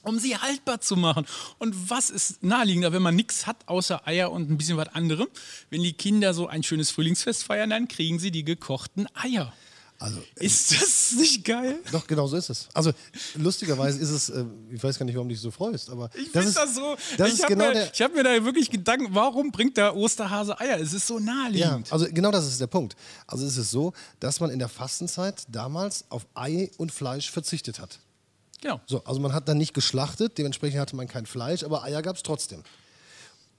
Speaker 3: um sie haltbar zu machen. Und was ist naheliegender, wenn man nichts hat außer Eier und ein bisschen was anderem? Wenn die Kinder so ein schönes Frühlingsfest feiern, dann kriegen sie die gekochten Eier.
Speaker 1: Also
Speaker 3: Ist das nicht geil?
Speaker 1: Doch, genau so ist es. Also lustigerweise ist es, äh, ich weiß gar nicht, warum du dich so freust, aber das
Speaker 3: Ich find
Speaker 1: ist
Speaker 3: das so.
Speaker 1: Das
Speaker 3: ich
Speaker 1: ist
Speaker 3: hab
Speaker 1: genau
Speaker 3: mir,
Speaker 1: der.
Speaker 3: Ich habe mir da wirklich Gedanken, warum bringt der Osterhase Eier? Es ist so
Speaker 1: Ja,
Speaker 3: naheliegend.
Speaker 1: also genau das ist der Punkt. Also es ist so, dass man in der Fastenzeit damals auf Ei und Fleisch verzichtet hat.
Speaker 3: Genau.
Speaker 1: So, also man hat dann nicht geschlachtet, dementsprechend hatte man kein Fleisch, aber Eier gab es trotzdem.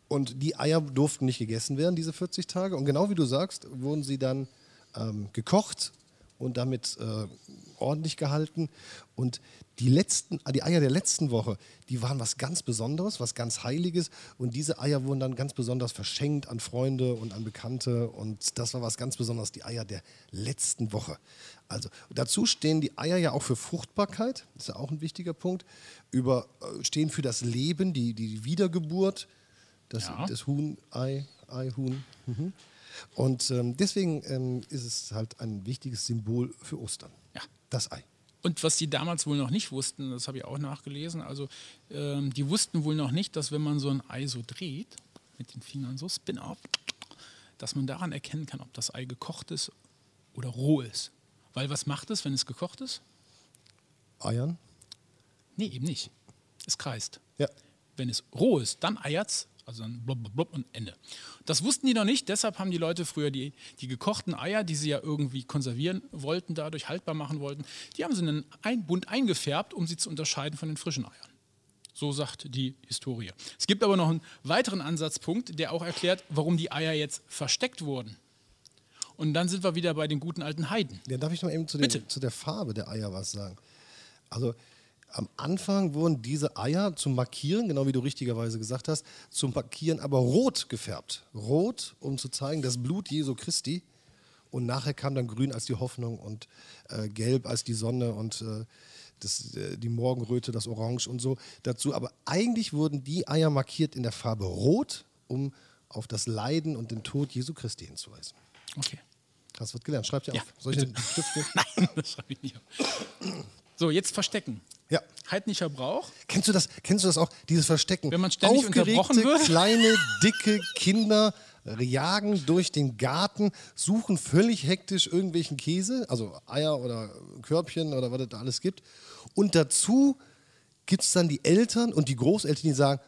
Speaker 1: Und die Eier durften nicht gegessen werden, diese 40 Tage. Und genau wie du sagst, wurden sie dann ähm, gekocht und damit äh, ordentlich gehalten. Und die, letzten, ah, die Eier der letzten Woche, die waren was ganz Besonderes, was ganz Heiliges. Und diese Eier wurden dann ganz besonders verschenkt an Freunde und an Bekannte. Und das war was ganz Besonderes, die Eier der letzten Woche. Also dazu stehen die Eier ja auch für Fruchtbarkeit, das ist ja auch ein wichtiger Punkt, über, äh, stehen für das Leben, die, die Wiedergeburt. Das,
Speaker 3: Ja.
Speaker 1: das Huhn, Ei, Ei, Huhn. Mhm. Und ähm, deswegen ähm, ist es halt ein wichtiges Symbol für Ostern.
Speaker 3: Ja.
Speaker 1: Das Ei.
Speaker 3: Und was die damals wohl noch nicht wussten, das habe ich auch nachgelesen, also ähm, die wussten wohl noch nicht, dass wenn man so ein Ei so dreht, mit den Fingern so spin-off, dass man daran erkennen kann, ob das Ei gekocht ist oder roh ist. Weil was macht es, wenn es gekocht ist?
Speaker 1: Eiern?
Speaker 3: Nee, eben nicht. Es kreist.
Speaker 1: Ja.
Speaker 3: Wenn es roh ist, dann eiert's, also dann blub, blub, blub und Ende. Das wussten die noch nicht, deshalb haben die Leute früher die, die gekochten Eier, die sie ja irgendwie konservieren wollten, dadurch haltbar machen wollten, die haben sie in einen Ein- Bund eingefärbt, um sie zu unterscheiden von den frischen Eiern. So sagt die Historie. Es gibt aber noch einen weiteren Ansatzpunkt, der auch erklärt, warum die Eier jetzt versteckt wurden. Und dann sind wir wieder bei den guten alten Heiden.
Speaker 1: Ja, darf ich noch eben zu, den,
Speaker 3: Bitte.
Speaker 1: zu der Farbe der Eier was sagen? Also am Anfang wurden diese Eier zum Markieren, genau wie du richtigerweise gesagt hast, zum Markieren aber rot gefärbt. Rot, um zu zeigen, das Blut Jesu Christi. Und nachher kam dann grün als die Hoffnung und äh, gelb als die Sonne und äh, das, äh, die Morgenröte, das Orange und so dazu. Aber eigentlich wurden die Eier markiert in der Farbe rot, um auf das Leiden und den Tod Jesu Christi hinzuweisen.
Speaker 3: Okay.
Speaker 1: Das wird gelernt. Schreibt ihr
Speaker 3: Ja,
Speaker 1: auf. Soll ich den Stift
Speaker 3: *laughs*
Speaker 1: nehmen?
Speaker 3: Nein, das schreibe ich nicht auf. So, jetzt verstecken.
Speaker 1: Ja.
Speaker 3: Heidnischer Brauch.
Speaker 1: Kennst du das? Kennst du das auch? Dieses Verstecken.
Speaker 3: Wenn man ständig unterbrochen wird? *laughs*
Speaker 1: kleine dicke Kinder äh, jagen durch den Garten, suchen völlig hektisch irgendwelchen Käse, also Eier oder Körbchen oder was es da alles gibt. Und dazu gibt es dann die Eltern und die Großeltern, die sagen: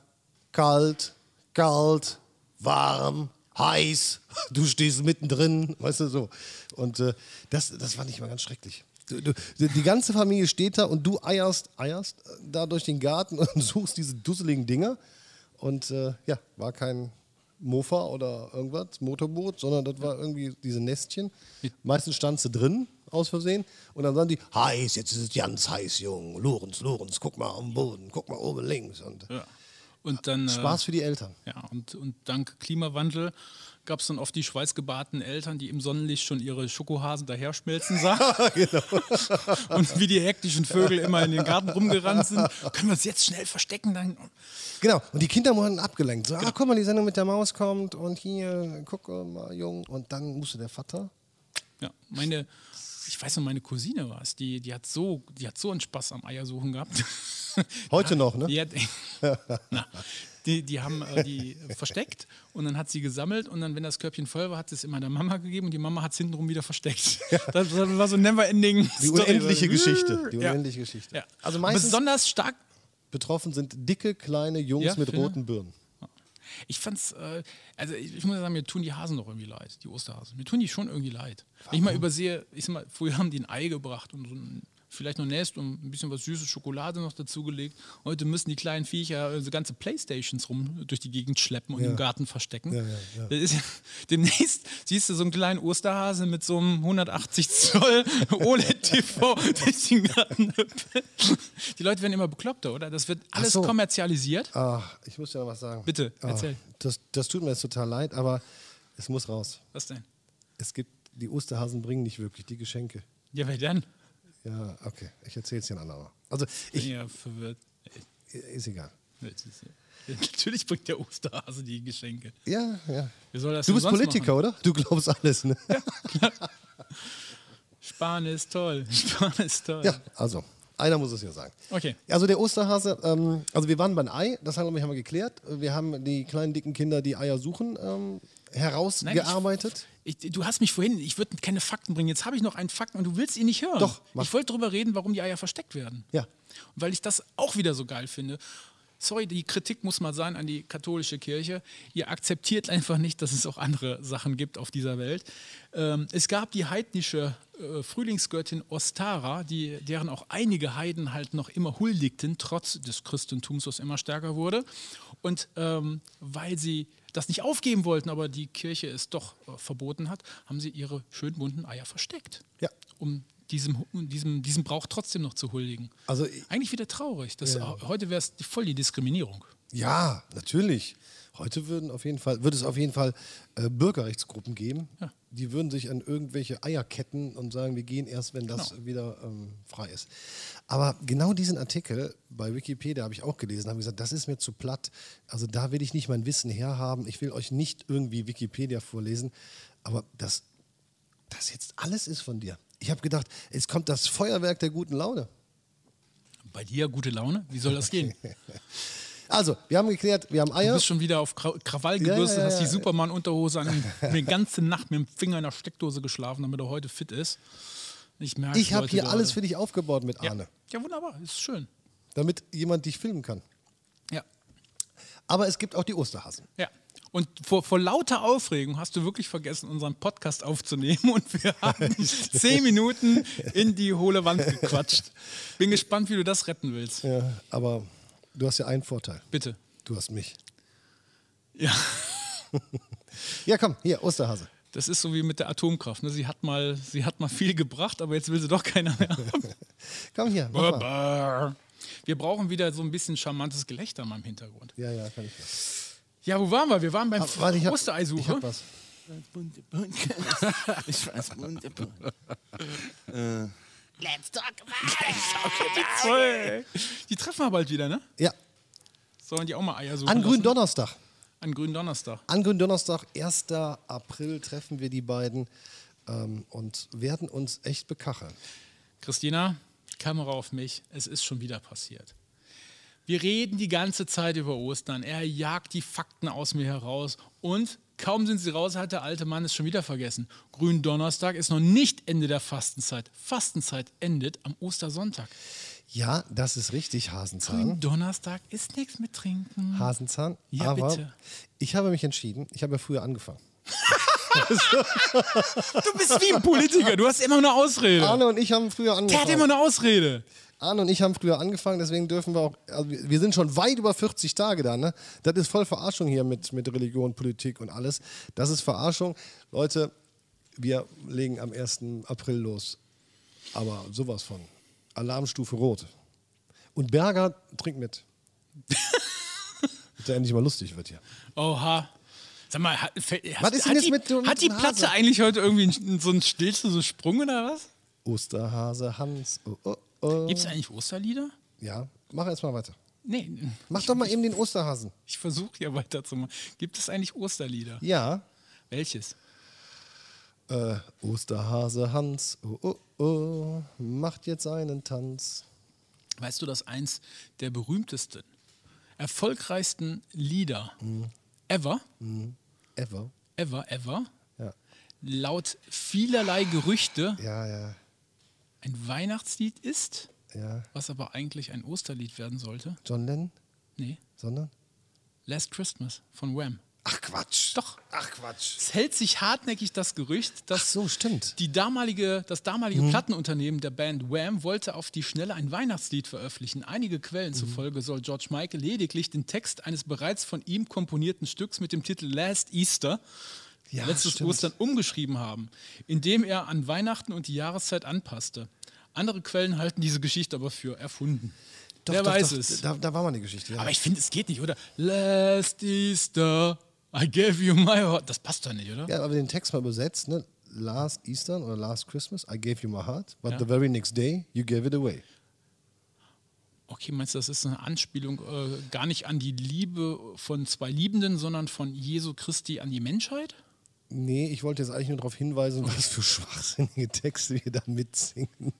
Speaker 1: kalt, kalt, warm. Heiß, *laughs* du stehst mittendrin, weißt du so. Und äh, das, das fand ich mal ganz schrecklich. Du, du, die ganze Familie steht da und du eierst, eierst äh, da durch den Garten *laughs* und suchst diese dusseligen Dinger. Und äh, ja, war kein Mofa oder irgendwas, Motorboot, sondern das war irgendwie diese Nestchen. Meistens stand sie drin, aus Versehen. Und dann sagen die, heiß, jetzt ist es ganz heiß, Jung. Lorenz, Lorenz, guck mal am Boden, guck mal oben links. Und
Speaker 3: Ja. Und dann. äh,
Speaker 1: Spaß für die Eltern.
Speaker 3: Ja, und, und dank Klimawandel gab es dann oft die schweißgebahrten Eltern, die im Sonnenlicht schon ihre Schokohasen daherschmelzen
Speaker 1: *laughs*
Speaker 3: sahen.
Speaker 1: genau.
Speaker 3: *laughs* Und wie die hektischen Vögel immer in den Garten rumgerannt sind. Können wir uns jetzt schnell verstecken? Dann
Speaker 1: Genau, und die Kinder wurden abgelenkt. So,
Speaker 3: Genau.
Speaker 1: ah, guck mal, die Sendung mit der Maus kommt und hier, guck mal, Jung. Und dann musste der Vater.
Speaker 3: Ja, meine, ich weiß noch, meine Cousine war es, die, die hat so, die hat so einen Spaß am Eiersuchen gehabt.
Speaker 1: *laughs* Heute noch, ne?
Speaker 3: Die, hat, *laughs* na, die, die haben äh, die versteckt und dann hat sie gesammelt und dann, wenn das Körbchen voll war, hat sie es immer der Mama gegeben und die Mama hat es hintenrum
Speaker 1: *laughs*
Speaker 3: wieder versteckt. Das, das war so ein never-ending *laughs*
Speaker 1: Die unendliche Geschichte. Die unendliche Geschichte.
Speaker 3: Ja.
Speaker 1: Also
Speaker 3: Also
Speaker 1: meistens-
Speaker 3: Besonders stark
Speaker 1: Betroffen sind dicke, kleine Jungs
Speaker 3: Ja,
Speaker 1: mit
Speaker 3: Finne?
Speaker 1: roten Birnen.
Speaker 3: Ich fand's, äh, also ich, ich muss sagen, mir tun die Hasen doch irgendwie leid, die Osterhasen. Mir tun die schon irgendwie leid. Wenn ich mal übersehe, ich sag mal, früher haben die ein Ei gebracht und so ein, vielleicht noch ein Nest und ein bisschen was süßes Schokolade noch dazugelegt. Heute müssen die kleinen Viecher äh, so ganze Playstations rum durch die Gegend schleppen und im Garten verstecken.
Speaker 1: ja, ja.
Speaker 3: Das ist, ja- demnächst siehst du so einen kleinen Osterhase mit so einem 180 Zoll *laughs* E OLED-TV durch den Garten. hüpfen. die Leute werden immer bekloppter, oder? Das wird alles
Speaker 1: so.
Speaker 3: kommerzialisiert.
Speaker 1: Ach, ich muss dir noch was sagen.
Speaker 3: Bitte,
Speaker 1: Ah,
Speaker 3: erzähl.
Speaker 1: das, das tut mir jetzt total leid, aber es muss raus.
Speaker 3: Was denn?
Speaker 1: Es gibt, die Osterhasen bringen nicht wirklich die Geschenke.
Speaker 3: Ja, wer dann?
Speaker 1: Ja, okay, ich erzähle es dir ein andermal. Also, ich,
Speaker 3: ja, verwirrt.
Speaker 1: ist egal.
Speaker 3: *laughs* Natürlich bringt der Osterhase die Geschenke.
Speaker 1: Ja, ja.
Speaker 3: Wie soll das
Speaker 1: Du
Speaker 3: denn
Speaker 1: bist
Speaker 3: sonst
Speaker 1: Politiker, oder? Du glaubst alles, ne?
Speaker 3: Machen? Spahn ist toll. *laughs* Spahn ist toll.
Speaker 1: *laughs* Ja, also, einer muss es ja sagen.
Speaker 3: Okay.
Speaker 1: Also der Osterhase, ähm, also wir waren beim Ei, das haben wir haben wir geklärt. Wir haben die kleinen dicken Kinder, die Eier suchen, ähm, herausgearbeitet.
Speaker 3: Ich, du hast mich vorhin, ich würde keine Fakten bringen. Jetzt habe ich noch einen Fakten und du willst ihn nicht hören.
Speaker 1: Doch, mach.
Speaker 3: Ich wollte darüber reden, warum die Eier versteckt werden.
Speaker 1: Ja.
Speaker 3: Und weil ich das auch wieder so geil finde. Sorry, die Kritik muss mal sein an die katholische Kirche. Ihr akzeptiert einfach nicht, dass es auch andere Sachen gibt auf dieser Welt. Ähm, es gab die heidnische äh, Frühlingsgöttin Ostara, die, deren auch einige Heiden halt noch immer huldigten, trotz des Christentums, was immer stärker wurde. Und ähm, weil sie das nicht aufgeben wollten, aber die Kirche es doch äh, verboten hat, haben sie ihre schön bunten Eier versteckt.
Speaker 1: Ja.
Speaker 3: Um diesem, um diesem, diesem Brauch trotzdem noch zu huldigen.
Speaker 1: Also i-
Speaker 3: Eigentlich wieder traurig. Das, Heute wäre es voll die Diskriminierung.
Speaker 1: ja, natürlich. Heute würden auf jeden Fall, würde es auf jeden Fall äh, Bürgerrechtsgruppen geben,
Speaker 3: Ja.
Speaker 1: die würden sich an irgendwelche Eier ketten und sagen, wir gehen erst, wenn das
Speaker 3: Genau.
Speaker 1: wieder ähm, frei ist. Aber genau diesen Artikel bei Wikipedia habe ich auch gelesen, habe gesagt, das ist mir zu platt. Also da will ich nicht mein Wissen herhaben. Ich will euch nicht irgendwie Wikipedia vorlesen. Aber das das jetzt alles ist von dir. Ich habe gedacht, es kommt das Feuerwerk der guten Laune.
Speaker 3: Bei dir gute Laune?
Speaker 1: *laughs*
Speaker 3: Wie soll das gehen?
Speaker 1: Also, wir haben geklärt, wir haben
Speaker 3: Du
Speaker 1: Eier.
Speaker 3: bist schon wieder auf Kra- Krawall
Speaker 1: ja,
Speaker 3: gebürstet,
Speaker 1: ja,
Speaker 3: hast die
Speaker 1: ja. *laughs*
Speaker 3: Superman-Unterhose an, die ganze Nacht mit dem Finger in der Steckdose geschlafen, damit er heute fit ist. Ich merke
Speaker 1: Ich habe hier alles für dich aufgebaut mit
Speaker 3: ne? ja.
Speaker 1: Arne,
Speaker 3: ja, wunderbar, ist schön.
Speaker 1: damit jemand dich filmen kann.
Speaker 3: Ja,
Speaker 1: Aber es gibt auch die Osterhasen.
Speaker 3: ja. Und vor, vor lauter Aufregung hast du wirklich vergessen, unseren Podcast aufzunehmen
Speaker 1: *laughs*
Speaker 3: und wir haben
Speaker 1: *laughs*
Speaker 3: zehn Minuten in die hohle Wand gequatscht. Bin gespannt, wie du das retten willst.
Speaker 1: Ja, aber Du hast ja einen Vorteil.
Speaker 3: Bitte.
Speaker 1: Du hast mich.
Speaker 3: Ja,
Speaker 1: Ja, komm, hier, Osterhase.
Speaker 3: das ist so wie mit der Atomkraft. Ne? Sie, hat mal, sie hat mal viel gebracht, aber jetzt will sie doch keiner mehr haben.
Speaker 1: *laughs* Komm hier. mach mal.
Speaker 3: Brr. Wir brauchen wieder so ein bisschen charmantes Gelächter mal im Hintergrund.
Speaker 1: Ja, ja, kann ich. was.
Speaker 3: Ja, wo waren wir? Wir waren beim
Speaker 1: Ah, warte, ich hab- Ich
Speaker 3: Ostereisuche.
Speaker 1: hab
Speaker 3: *laughs*
Speaker 1: was.
Speaker 4: Bunte Podcast. Ich weiß, bunte Podcast.
Speaker 3: die treffen wir bald wieder, ne?
Speaker 1: Ja,
Speaker 3: Sollen die auch mal Eier suchen?
Speaker 1: an
Speaker 3: lassen?
Speaker 1: Gründonnerstag.
Speaker 3: An grünen Donnerstag.
Speaker 1: An Gründonnerstag, 1. April, treffen wir die beiden ähm, und werden uns echt bekacheln.
Speaker 3: Christina, Kamera auf mich. Es ist schon wieder passiert. Wir reden die ganze Zeit über Ostern. Er jagt die Fakten aus mir heraus. Und kaum sind sie raus, hat der alte Mann es schon wieder vergessen. Gründonnerstag ist noch nicht Ende der Fastenzeit. Fastenzeit endet am Ostersonntag.
Speaker 1: Ja, das ist richtig, Hasenzahn.
Speaker 3: Gründonnerstag ist nichts mit Trinken.
Speaker 1: Hasenzahn.
Speaker 3: Ja,
Speaker 1: aber
Speaker 3: bitte.
Speaker 1: ich habe mich entschieden, ich habe ja früher angefangen.
Speaker 3: Du bist wie ein Politiker. Du hast immer eine Ausrede.
Speaker 1: Arne und ich haben früher
Speaker 3: Der hat immer
Speaker 1: angefangen.
Speaker 3: eine Ausrede.
Speaker 1: Arne und ich haben früher angefangen, deswegen dürfen wir auch, also wir wir sind schon weit über 40 Tage da, ne? Das ist voll Verarschung hier mit, mit Religion, Politik und alles. Das ist Verarschung. Leute, wir legen am 1. April los. Aber sowas von. Alarmstufe Rot. Und Berger, trink mit. Dass er endlich mal lustig wird hier.
Speaker 3: Oha. Sag mal, hat, fällt- hat,
Speaker 1: ist denn
Speaker 3: hat,
Speaker 1: jetzt
Speaker 3: die,
Speaker 1: mit dem-
Speaker 3: hat die
Speaker 1: mit dem
Speaker 3: Platte
Speaker 1: Hase?
Speaker 3: eigentlich heute irgendwie einen- so einen stillsten so einen Sprung oder was?
Speaker 1: Osterhase Hans. Oh, oh, oh.
Speaker 3: Gibt es eigentlich Osterlieder?
Speaker 1: Ja, mach erst mal weiter.
Speaker 3: Nee, *laughs*
Speaker 1: Mach doch mal eben den Osterhasen.
Speaker 3: ich versuche ja weiterzumachen. Gibt es eigentlich Osterlieder?
Speaker 1: Ja.
Speaker 3: Welches?
Speaker 1: Äh, Osterhase Hans, oh, oh, oh, macht jetzt einen Tanz.
Speaker 3: Weißt du, dass eins der berühmtesten, erfolgreichsten Lieder
Speaker 1: Hm.
Speaker 3: ever,
Speaker 1: Ever.
Speaker 3: ever, ever,
Speaker 1: Ja,
Speaker 3: laut vielerlei Gerüchte
Speaker 1: ja, ja.
Speaker 3: ein Weihnachtslied ist,
Speaker 1: ja.
Speaker 3: was aber eigentlich ein Osterlied werden sollte?
Speaker 1: John Lennon,
Speaker 3: Nee,
Speaker 1: sondern?
Speaker 3: Last Christmas von Wham.
Speaker 1: Ach Quatsch.
Speaker 3: Doch.
Speaker 1: Ach Quatsch.
Speaker 3: Es hält sich hartnäckig das Gerücht,
Speaker 1: Ach
Speaker 3: dass
Speaker 1: so, stimmt. Mhm.
Speaker 3: Die damalige, das damalige Plattenunternehmen der Band Wham wollte auf die Schnelle ein Weihnachtslied veröffentlichen. Einige
Speaker 1: Mhm.
Speaker 3: Quellen zufolge soll George Michael lediglich den Text eines bereits von ihm komponierten Stücks mit dem Titel Last Easter,
Speaker 1: Ja,
Speaker 3: letztes
Speaker 1: stimmt.
Speaker 3: Ostern, umgeschrieben haben, indem er an Weihnachten und die Jahreszeit anpasste. Andere Quellen halten diese Geschichte aber für erfunden.
Speaker 1: Doch,
Speaker 3: Wer
Speaker 1: doch,
Speaker 3: weiß
Speaker 1: doch,
Speaker 3: es.
Speaker 1: Da, da war mal eine Geschichte. Ja.
Speaker 3: aber ich finde, es geht nicht, oder? Last Easter, I gave you my heart. Das passt doch nicht, oder?
Speaker 1: ja, aber den Text mal übersetzt, ne? Last Easter oder Last Christmas, I gave you my heart, but the very next day, you gave it away.
Speaker 3: Okay, meinst du, das ist eine Anspielung äh, gar nicht an die Liebe von zwei Liebenden, sondern von Jesu Christi an die Menschheit?
Speaker 1: Nee, ich wollte jetzt eigentlich nur darauf hinweisen, was für schwachsinnige Texte wir da mitsingen.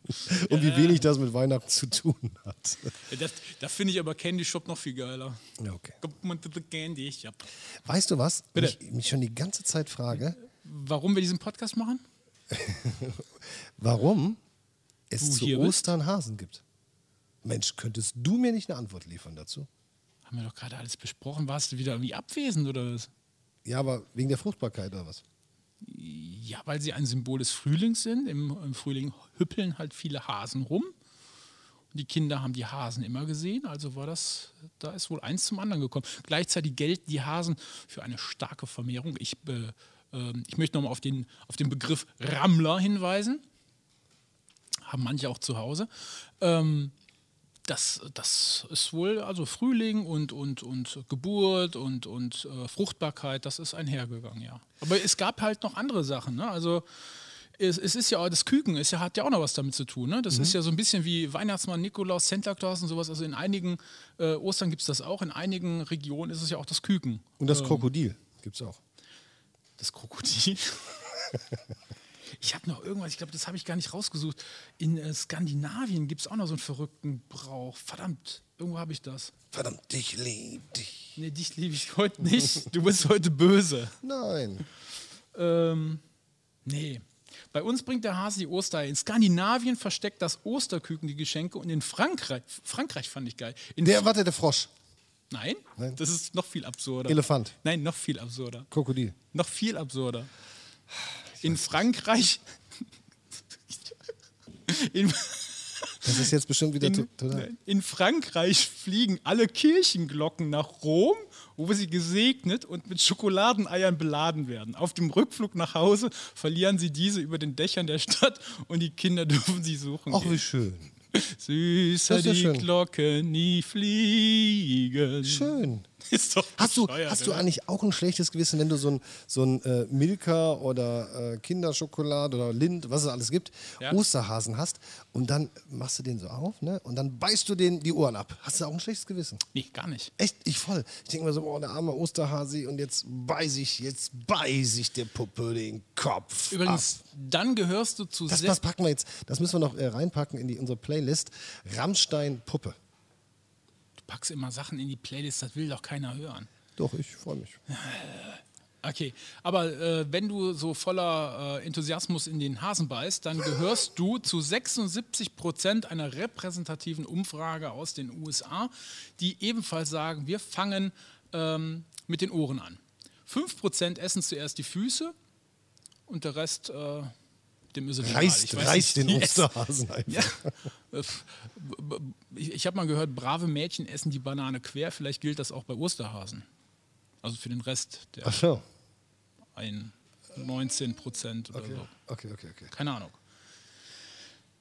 Speaker 1: Und wie wenig das mit Weihnachten zu tun hat.
Speaker 3: Äh, Das, da finde ich aber Candy Shop noch viel geiler.
Speaker 1: Ja, okay.
Speaker 3: Kommt man to the Candy Shop.
Speaker 1: Weißt du was?
Speaker 3: Bitte.
Speaker 1: Ich mich schon die ganze Zeit frage,
Speaker 3: Warum wir diesen Podcast machen?
Speaker 1: warum es
Speaker 3: Du
Speaker 1: zu
Speaker 3: hier bist?
Speaker 1: Ostern Hasen gibt. Mensch, könntest du mir nicht eine Antwort liefern dazu?
Speaker 3: Haben wir doch gerade alles besprochen. Warst du wieder irgendwie abwesend oder was?
Speaker 1: Ja, aber wegen der Fruchtbarkeit oder was?
Speaker 3: Ja, weil sie ein Symbol des Frühlings sind. Im, im Frühling hüppeln halt viele Hasen rum. Und die Kinder haben die Hasen immer gesehen, also war das, da ist wohl eins zum anderen gekommen. Gleichzeitig gelten die Hasen für eine starke Vermehrung. Ich, äh, ähm, ich möchte nochmal auf den, auf den Begriff Rammler hinweisen. Haben manche auch zu Hause. Ähm, das, das ist wohl, also Frühling und, und, und Geburt und, und äh, Fruchtbarkeit, das ist einhergegangen, ja. Aber es gab halt noch andere Sachen, ne? Also es, es ist ja auch, das Küken ist ja, hat ja auch noch was damit zu tun, ne? Das ist ja so ein bisschen wie Weihnachtsmann, Nikolaus, Santa Claus und sowas. Also in einigen äh, Ostern gibt es das auch, in einigen Regionen ist es ja auch das Küken.
Speaker 1: Und das Krokodil gibt's auch.
Speaker 3: Das Krokodil. Ich habe noch irgendwas, ich glaube, das habe ich gar nicht rausgesucht. In äh, Skandinavien gibt es auch noch so einen verrückten Brauch. Verdammt, irgendwo habe ich das.
Speaker 1: Verdammt, ich liebe dich.
Speaker 3: Nee, dich liebe ich heute nicht. Du bist heute böse.
Speaker 1: Nein.
Speaker 3: Ähm, nee. Bei uns bringt der Hase die Ostereier. In Skandinavien versteckt das Osterküken die Geschenke und in Frankreich, Frankreich fand ich geil. In
Speaker 1: Der,
Speaker 3: Fr-
Speaker 1: warte, der Frosch.
Speaker 3: Nein,
Speaker 1: Nein.
Speaker 3: das ist noch viel absurder.
Speaker 1: Elefant.
Speaker 3: Nein, noch viel absurder.
Speaker 1: Krokodil.
Speaker 3: Noch viel absurder. In Frankreich. In,
Speaker 1: Das ist jetzt bestimmt wieder to-
Speaker 3: In,
Speaker 1: total.
Speaker 3: in Frankreich fliegen alle Kirchenglocken nach Rom, wo sie gesegnet und mit Schokoladeneiern beladen werden. Auf dem Rückflug nach Hause verlieren sie diese über den Dächern der Stadt und die Kinder *laughs* dürfen sie suchen.
Speaker 1: Ach,
Speaker 3: gehen.
Speaker 1: wie schön.
Speaker 3: Süßer
Speaker 1: Das ist ja
Speaker 3: die
Speaker 1: schön.
Speaker 3: Glocke nie fliegen.
Speaker 1: Schön.
Speaker 3: *laughs* Ist doch
Speaker 1: Hast du,
Speaker 3: bescheuert,
Speaker 1: hast du
Speaker 3: oder?
Speaker 1: eigentlich auch ein schlechtes Gewissen, wenn du so ein, so ein äh, Milka oder äh, Kinderschokolade oder Lind, was es alles gibt,
Speaker 3: Ja.
Speaker 1: Osterhasen hast und dann machst du den so auf ne? und dann beißt du den die Ohren ab. Hast du auch ein schlechtes Gewissen?
Speaker 3: Nee, gar nicht.
Speaker 1: Echt, ich voll. Ich denke mir so, oh, der arme Osterhasi und jetzt beiß ich, jetzt beiß ich der Puppe den Kopf. ab.
Speaker 3: Übrigens, dann gehörst du zu
Speaker 1: Ah. Das,
Speaker 3: sehr-
Speaker 1: das packen wir jetzt, das müssen wir noch äh, reinpacken in die, unsere Playlist. Rammstein Puppe.
Speaker 3: Du packst immer Sachen in die Playlist, das will doch keiner hören.
Speaker 1: Doch, ich freue mich.
Speaker 3: Okay, aber äh, wenn du so voller äh, Enthusiasmus in den Hasen beißt, dann gehörst du zu 76 Prozent einer repräsentativen Umfrage aus den USA, die ebenfalls sagen, wir fangen ähm, mit den Ohren an. 5 Prozent essen zuerst die Füße und der Rest, äh, dem ist es egal. Ich
Speaker 1: Reißt,
Speaker 3: weiß
Speaker 1: reißt
Speaker 3: nicht,
Speaker 1: den
Speaker 3: die essen-
Speaker 1: Osterhasen einfach.
Speaker 3: *laughs* Ja. Äh, b- b- Ich, ich habe mal gehört, brave Mädchen essen die Banane quer. Vielleicht gilt das auch bei Osterhasen. Also für den Rest der
Speaker 1: Ach so.
Speaker 3: ein 19 Prozent oder so.
Speaker 1: Okay, okay, okay.
Speaker 3: Keine Ahnung.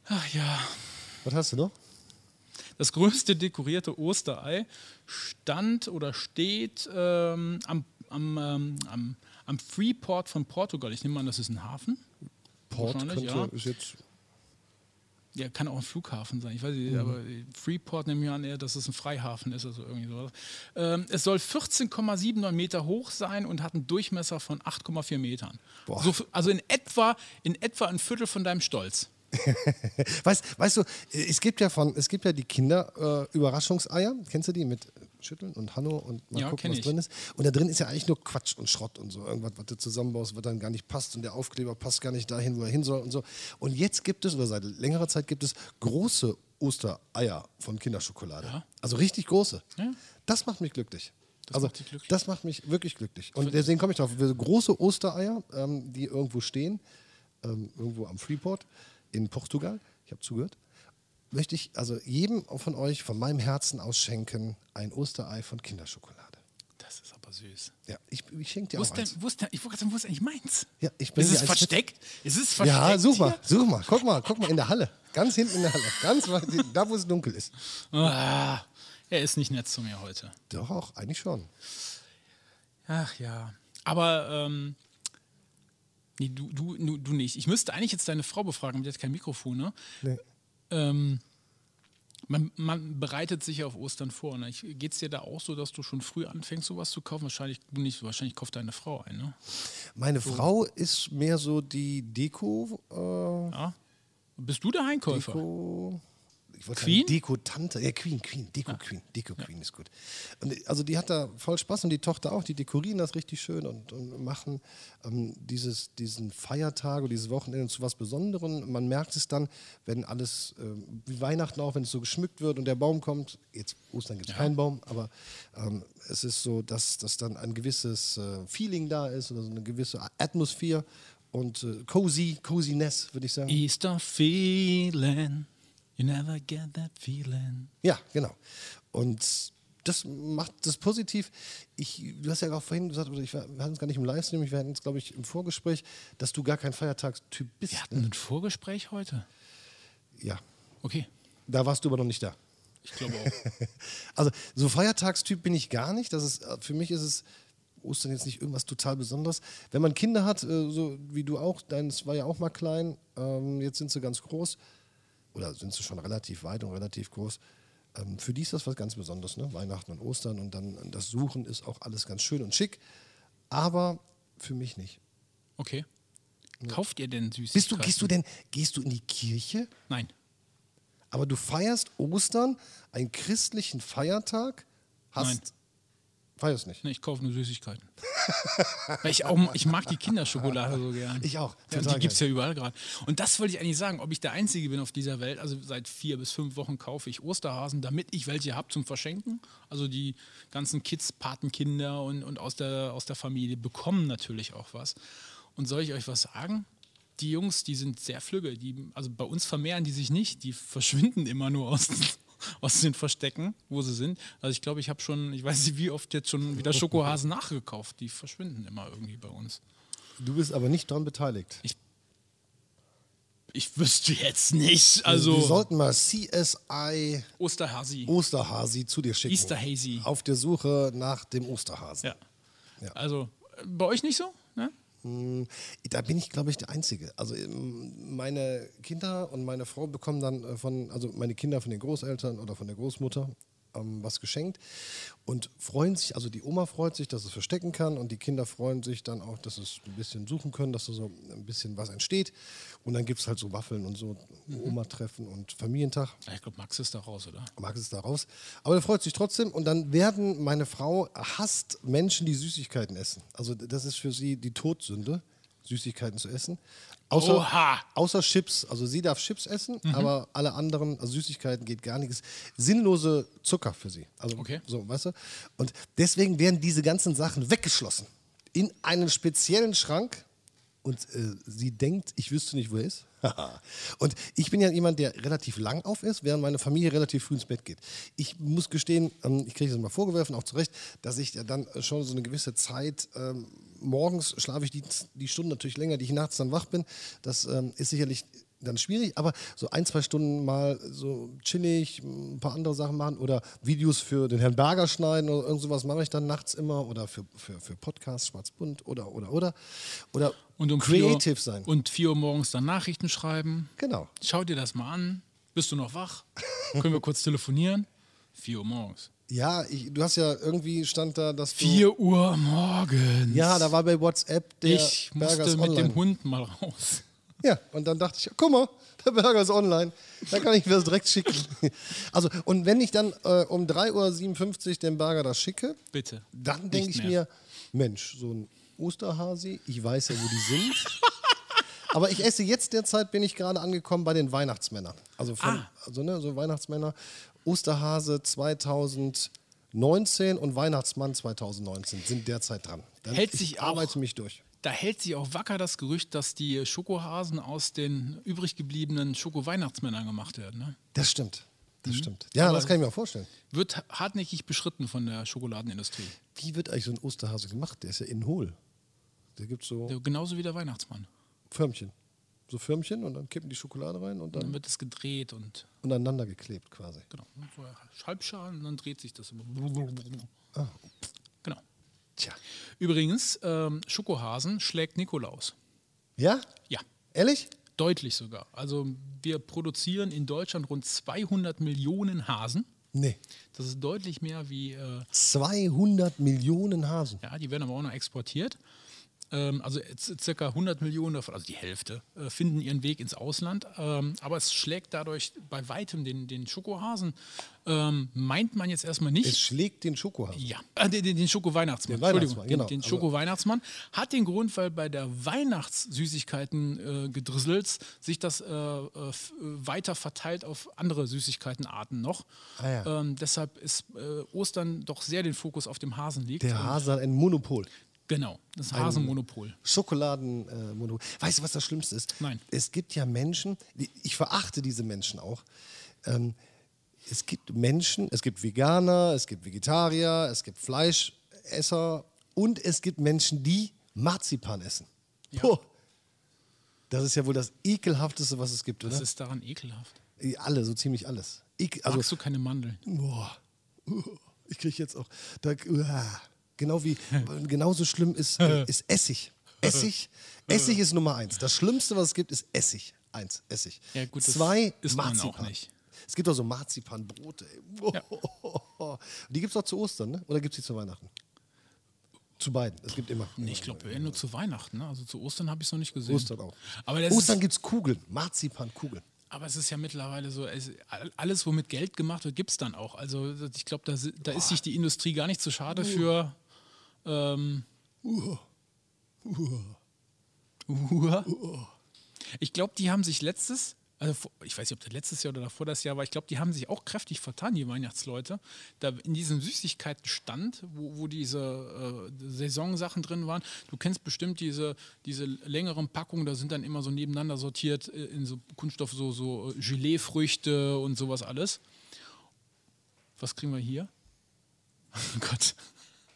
Speaker 3: Ach ja.
Speaker 1: Was hast du noch?
Speaker 3: Das größte dekorierte Osterei stand oder steht ähm, am, am, ähm, am, am Freeport von Portugal. Ich nehme an, das ist ein Hafen.
Speaker 1: Port
Speaker 3: Wahrscheinlich,
Speaker 1: könnte,
Speaker 3: ja.
Speaker 1: ist jetzt,
Speaker 3: Ja, kann auch ein Flughafen sein. Ich weiß
Speaker 1: Mhm.
Speaker 3: nicht, aber Freeport nehme ich an, eher, dass es ein Freihafen ist, also irgendwie sowas. Ähm, es soll 14,79 Meter hoch sein und hat einen Durchmesser von 8,4 Metern.
Speaker 1: Boah.
Speaker 3: So, f- also in etwa, in etwa ein Viertel von deinem Stolz.
Speaker 1: *laughs* weißt, weißt du, es gibt ja von, es gibt ja die Kinder äh, Überraschungseier, kennst du die mit Schütteln und Hanno und mal
Speaker 3: Ja,
Speaker 1: gucken,
Speaker 3: kenn
Speaker 1: was
Speaker 3: ich.
Speaker 1: drin ist. Und da drin ist ja eigentlich nur Quatsch und Schrott und so irgendwas, was du zusammenbaust, was dann gar nicht passt und der Aufkleber passt gar nicht dahin, wo er hin soll und so. Und jetzt gibt es oder seit längerer Zeit gibt es große Ostereier von Kinderschokolade. Also richtig große. Das macht mich glücklich. Das also,
Speaker 3: macht dich glücklich?
Speaker 1: das macht mich wirklich glücklich. Und deswegen komme ich drauf. Wir- Große Ostereier, ähm, die irgendwo stehen, ähm, irgendwo am Freeport in Portugal, ich habe zugehört, möchte ich also jedem von euch von meinem Herzen ausschenken ein Osterei von Kinderschokolade.
Speaker 3: Das ist aber süß.
Speaker 1: Ja, ich, ich schenke dir
Speaker 3: Wo
Speaker 1: auch
Speaker 3: ist denn,
Speaker 1: eins.
Speaker 3: wo ist denn, ich wollte gerade sagen, wo ist eigentlich meins?
Speaker 1: Ja, ich bin
Speaker 3: ist
Speaker 1: hier
Speaker 3: es
Speaker 1: als-
Speaker 3: versteckt? Ist es versteckt?
Speaker 1: Ja, such mal,
Speaker 3: hier?
Speaker 1: such mal, guck mal, guck mal, in der Halle. Ganz hinten in der Halle, ganz weit, hinten, da wo es dunkel ist.
Speaker 3: Ah, er ist nicht nett zu mir heute.
Speaker 1: Doch, eigentlich schon.
Speaker 3: Ach ja. Aber, ähm, nee, du, du, du, du nicht. Ich müsste eigentlich jetzt deine Frau befragen, aber die hat kein Mikrofon, ne?
Speaker 1: Nee.
Speaker 3: Ähm, man, man bereitet sich ja auf Ostern vor. Ne? Geht es dir da auch so, dass du schon früh anfängst, sowas zu kaufen? Wahrscheinlich du nicht, wahrscheinlich kauft deine Frau ein, ne?
Speaker 1: Meine Frau ist mehr so die Deko. Äh,
Speaker 3: Ja. Bist du der Einkäufer?
Speaker 1: Deko. Ich wollte
Speaker 3: Queen?
Speaker 1: sagen, Deko-Tante. Ja, Queen, Queen, Deko-Queen. Deko-Queen ist gut. Und also die hat da voll Spaß und die Tochter auch. Die dekorieren das richtig schön und, und machen ähm, dieses, diesen Feiertag oder dieses Wochenende zu was Besonderem. Man merkt es dann, wenn alles, ähm, wie Weihnachten auch, wenn es so geschmückt wird und der Baum kommt. Jetzt, Ostern gibt es keinen Baum, aber ähm, es ist so, dass, dass dann ein gewisses äh, Feeling da ist oder so eine gewisse Atmosphäre und äh, cozy, coziness, würde ich sagen.
Speaker 3: Easter feeling. You never get that feeling.
Speaker 1: Ja, genau. Und das macht das positiv. Ich, du hast ja auch vorhin gesagt, oder ich, war- wir hatten es gar nicht im Livestream, wir hatten es, glaube ich, im Vorgespräch, dass du gar kein Feiertagstyp bist.
Speaker 3: Wir
Speaker 1: Ja.
Speaker 3: hatten ein Vorgespräch heute.
Speaker 1: ja.
Speaker 3: Okay,
Speaker 1: Da warst du aber noch nicht da.
Speaker 3: ich glaube auch.
Speaker 1: *laughs* Also, so Feiertagstyp bin ich gar nicht. Das ist, äh, für mich ist es Ostern jetzt nicht irgendwas total Besonderes. Wenn man Kinder hat, äh, so wie du auch, deins war ja auch mal klein, ähm, jetzt sind sie ganz groß. Oder sind sie schon relativ weit und relativ groß. Ähm, für die ist das was ganz Besonderes, ne? Weihnachten und Ostern und dann äh, das Suchen ist auch alles ganz schön und schick. Aber für mich nicht.
Speaker 3: Okay. Kauft ihr denn Süßigkeiten?
Speaker 1: Bist du, gehst du denn, gehst du in die Kirche?
Speaker 3: Nein.
Speaker 1: Aber du feierst Ostern, einen christlichen Feiertag? Hast
Speaker 3: Nein.
Speaker 1: Feierst nicht.
Speaker 3: Nee, Ne, ich kaufe nur Süßigkeiten. Weil ich, auch, ich mag die Kinderschokolade so gern.
Speaker 1: Ich auch,
Speaker 3: Ja, und
Speaker 1: total
Speaker 3: die gibt es ja überall gerade. Und das wollte ich eigentlich sagen, ob ich der Einzige bin auf dieser Welt. Also seit vier bis fünf Wochen kaufe ich Osterhasen, damit ich welche habe zum Verschenken. Also die ganzen Kids, Patenkinder und, und aus, der, aus der Familie bekommen natürlich auch was. Und soll ich euch was sagen? die Jungs, die sind sehr flügge. Die, also bei uns vermehren die sich nicht, die verschwinden immer nur aus, *laughs* aus den Verstecken, wo sie sind. Also ich glaube, ich habe schon, ich weiß nicht, wie oft jetzt schon wieder Schokohasen nachgekauft. Die verschwinden immer irgendwie bei uns.
Speaker 1: Du bist aber nicht daran beteiligt.
Speaker 3: Ich wüsste jetzt nicht.
Speaker 1: Wir
Speaker 3: Also
Speaker 1: sollten mal CSI
Speaker 3: Osterhasi.
Speaker 1: Osterhasi zu dir schicken.
Speaker 3: Easterhasi.
Speaker 1: Auf der Suche nach dem Osterhasen.
Speaker 3: Ja. Also äh, bei euch nicht so? Ne?
Speaker 1: Hm, Da bin ich, glaube ich, der Einzige. Also ähm, meine Kinder und meine Frau bekommen dann äh, von, also meine Kinder von den Großeltern oder von der Großmutter ähm, was geschenkt und freuen sich, also die Oma freut sich, dass es verstecken kann und die Kinder freuen sich dann auch, dass es ein bisschen suchen können, dass da so ein bisschen was entsteht. Und dann gibt es halt so Waffeln und so Oma-Treffen und Familientag.
Speaker 3: Ja, Ich glaube, Max ist da raus, oder?
Speaker 1: Max ist da raus. Aber er freut sich trotzdem. Und dann werden, meine Frau hasst Menschen, die Süßigkeiten essen. Also das ist für sie die Todsünde, Süßigkeiten zu essen. Außer,
Speaker 3: Oha. Mhm.
Speaker 1: außer Chips. Also sie darf Chips essen, aber alle anderen, also Süßigkeiten geht gar nichts. Sinnlose Zucker für sie. Also
Speaker 3: Okay.
Speaker 1: so, weißt du? Und deswegen werden diese ganzen Sachen weggeschlossen. In einen speziellen Schrank. Und äh, sie denkt, ich wüsste nicht, wo er ist. Haha. und ich bin ja jemand, der relativ lang auf ist, während meine Familie relativ früh ins Bett geht. Ich muss gestehen, ähm, ich kriege das mal vorgeworfen, auch zu Recht, dass ich ja dann schon so eine gewisse Zeit, ähm, morgens schlafe ich die, die Stunden natürlich länger, die ich nachts dann wach bin. Das ähm, ist sicherlich dann schwierig, aber so ein, zwei Stunden mal so chillig, ein paar andere Sachen machen oder Videos für den Herrn Berger schneiden oder irgend sowas mache ich dann nachts immer oder für, für, für Podcasts, Schwarz-Bunt oder, oder, oder. Oder
Speaker 3: Und um vier Uhr-
Speaker 1: creative sein.
Speaker 3: Und 4 Uhr morgens dann Nachrichten schreiben.
Speaker 1: genau.
Speaker 3: Schau dir das mal an. Bist du noch wach? Können wir kurz telefonieren? 4 Uhr morgens.
Speaker 1: Ja, ich, du hast ja irgendwie stand da, dass du,
Speaker 3: 4 Uhr morgens.
Speaker 1: Ja, da war bei WhatsApp der
Speaker 3: ich
Speaker 1: Berger
Speaker 3: musste
Speaker 1: ist
Speaker 3: mit
Speaker 1: online.
Speaker 3: dem Hund mal raus.
Speaker 1: Ja, und dann dachte ich, guck mal, der Burger ist online. Da kann ich mir das direkt schicken. Also, und wenn ich dann äh, um 3.57 Uhr den Burger da schicke,
Speaker 3: Bitte.
Speaker 1: dann denke
Speaker 3: Nicht
Speaker 1: ich
Speaker 3: mehr.
Speaker 1: mir, Mensch, so ein Osterhasi, ich weiß ja, wo die sind. *laughs* Aber ich esse jetzt derzeit, bin ich gerade angekommen bei den Weihnachtsmännern. Also, von, also ne, so Weihnachtsmänner, Osterhase 2019 und Weihnachtsmann 2019 sind derzeit dran. Dann,
Speaker 3: Hält
Speaker 1: ich
Speaker 3: sich auch.
Speaker 1: arbeite mich durch.
Speaker 3: Da hält sich auch wacker das Gerücht, dass die Schokohasen aus den übrig gebliebenen Schoko-Weihnachtsmännern gemacht werden. Ne?
Speaker 1: Das stimmt. Das stimmt. Ja, das kann ich mir auch vorstellen.
Speaker 3: Wird ha- hartnäckig beschritten von der Schokoladenindustrie.
Speaker 1: Wie wird eigentlich so ein Osterhase gemacht? Der ist ja innen hohl. Da gibt es so
Speaker 3: Der- Genauso wie der Weihnachtsmann.
Speaker 1: Förmchen. So Förmchen und dann kippen die Schokolade rein und
Speaker 3: Dann
Speaker 1: dann
Speaker 3: wird es gedreht und
Speaker 1: untereinander geklebt quasi.
Speaker 3: genau. So Halbschalen und dann dreht sich das immer. Genau.
Speaker 1: Tja.
Speaker 3: Übrigens, ähm, Schokohasen schlägt Nikolaus.
Speaker 1: Ja?
Speaker 3: Ja,
Speaker 1: Ehrlich?
Speaker 3: deutlich sogar. Also wir produzieren in Deutschland rund 200 Millionen Hasen.
Speaker 1: Nee.
Speaker 3: Das ist deutlich mehr wie, äh,
Speaker 1: 200 Millionen Hasen.
Speaker 3: ja, die werden aber auch noch exportiert. Ähm, also z- circa 100 Millionen davon, also die Hälfte, äh, finden ihren Weg ins Ausland. Ähm, aber es schlägt dadurch bei weitem den, den Schokohasen. Ähm, meint man jetzt erstmal nicht.
Speaker 1: Es schlägt den Schokohasen.
Speaker 3: Ja, Ah, den, den den Schoko-Weihnachtsmann.
Speaker 1: Den Weihnachtsmann,
Speaker 3: Entschuldigung,
Speaker 1: genau.
Speaker 3: den, den
Speaker 1: Also-
Speaker 3: Schoko-Weihnachtsmann. Hat den Grund, weil bei der Weihnachtssüßigkeiten äh, gedrissels sich das äh, äh, f- äh, weiter verteilt auf andere Süßigkeitenarten noch.
Speaker 1: Ah ja.
Speaker 3: ähm, deshalb ist äh, Ostern doch sehr den Fokus auf dem Hasen liegt.
Speaker 1: Der Hase hat ein Monopol.
Speaker 3: genau, das Hasenmonopol.
Speaker 1: Schokoladenmonopol. Äh, Monopol. weißt du, was das Schlimmste ist?
Speaker 3: Nein.
Speaker 1: Es gibt ja Menschen, die, ich verachte diese Menschen auch. Ähm, es gibt Menschen, es gibt Veganer, es gibt Vegetarier, es gibt Fleischesser und es gibt Menschen, die Marzipan essen. Puh. Das ist ja wohl das ekelhafteste, was es gibt, oder?
Speaker 3: Das ist daran ekelhaft.
Speaker 1: Alle, so ziemlich alles. Ekel, also,
Speaker 3: Magst du keine Mandeln?
Speaker 1: Boah. Uh, Ich kriege jetzt auch. Da, uah. genau
Speaker 3: *laughs*
Speaker 1: wie, genauso schlimm ist, äh, ist Essig. Essig. Essig ist Nummer eins. Das Schlimmste, was es gibt, ist Essig. Eins, Essig.
Speaker 3: Ja, gut, das
Speaker 1: Zwei,
Speaker 3: isst man
Speaker 1: Marzipan.
Speaker 3: auch nicht.
Speaker 1: Es gibt auch so Marzipanbrote. ey. Boah. *laughs* Die gibt es auch zu Ostern, ne? Oder gibt es die zu Weihnachten? Zu beiden. Es gibt immer.
Speaker 3: Nee, ich glaube, nur zu Weihnachten. Ne? Also zu Ostern habe ich es noch nicht gesehen.
Speaker 1: Ostern auch.
Speaker 3: Aber das ist,
Speaker 1: Ostern gibt es Kugeln. Marzipankugeln.
Speaker 3: Aber es ist ja mittlerweile so, es, all- alles, womit Geld gemacht wird, gibt es dann auch. Also ich glaube, da, si- da ist sich die Industrie gar nicht zu
Speaker 1: Uh.
Speaker 3: schade für. Ähm,
Speaker 1: Uh.
Speaker 3: Uh. Uhr. Ich glaube, die haben sich letztes also vor- ich weiß nicht, ob das letztes Jahr oder davor das Jahr war, ich glaube, die haben sich auch kräftig vertan, die Weihnachtsleute. Da in diesem Süßigkeitenstand, wo, wo diese äh, Saisonsachen drin waren, du kennst bestimmt diese, diese längeren Packungen, da sind dann immer so nebeneinander sortiert äh, in so Kunststoff, so, so äh, Gelee-Früchte und sowas alles. Was kriegen wir hier? *laughs* Oh Gott.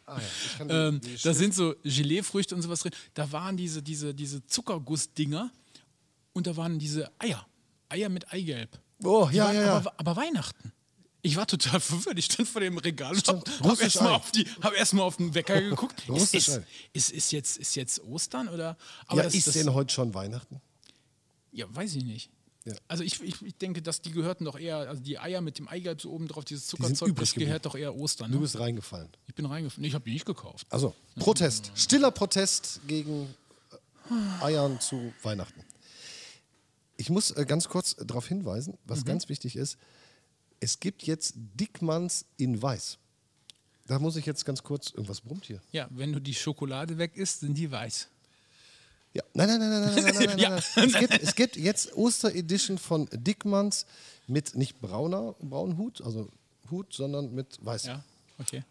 Speaker 1: Ah, ja. ich kann die-
Speaker 3: Ähm,
Speaker 1: die
Speaker 3: da
Speaker 1: Schrift-
Speaker 3: sind so Gelee-Früchte und sowas drin. Da waren diese, diese, diese Zuckerguss-Dinger und da waren diese Eier. Eier mit Eigelb.
Speaker 1: Oh,
Speaker 3: Die
Speaker 1: ja,
Speaker 3: waren
Speaker 1: ja, ja.
Speaker 3: Aber, aber Weihnachten. Ich war total *laughs* verwirrt. Ich stand vor dem Regal und habe
Speaker 1: Stimmt.
Speaker 3: hab
Speaker 1: Russisch
Speaker 3: erstmal
Speaker 1: Ei.
Speaker 3: auf, die- hab erst mal auf den
Speaker 1: *laughs*
Speaker 3: Wecker geguckt. ist,
Speaker 1: Russisch
Speaker 3: ist,
Speaker 1: Ei.
Speaker 3: ist, ist, jetzt, ist jetzt Ostern oder?
Speaker 1: ja,
Speaker 3: das-
Speaker 1: ist
Speaker 3: das-
Speaker 1: denn heute schon Weihnachten?
Speaker 3: ja, weiß ich nicht.
Speaker 1: Ja.
Speaker 3: Also ich, ich, ich denke, dass die gehörten doch eher, also die Eier mit dem Eigelb so oben drauf, dieses
Speaker 1: sind
Speaker 3: Zuckerzeug,
Speaker 1: übrig
Speaker 3: das gehört doch eher Ostern.
Speaker 1: Du
Speaker 3: Ne?
Speaker 1: bist reingefallen.
Speaker 3: Ich bin reingefahren. Nee, ich habe die nicht gekauft.
Speaker 1: Also, Protest. Stiller Protest gegen äh, Eiern zu Weihnachten. Ich muss äh, ganz kurz darauf hinweisen, was
Speaker 3: Mhm.
Speaker 1: ganz wichtig ist. Es gibt jetzt Dickmanns in Weiß. Da muss ich jetzt ganz kurz, irgendwas brummt hier.
Speaker 3: Ja, wenn du die Schokolade weg isst, sind die weiß.
Speaker 1: Ja. Nein, nein, nein, nein, nein, nein,
Speaker 3: *laughs*
Speaker 1: nein, nein,
Speaker 3: Ja.
Speaker 1: nein. nein. Es, gibt, es gibt jetzt Osteredition von Dickmanns mit nicht brauner, braunen Hut, also Hut, sondern mit weiß.
Speaker 3: Ja, okay.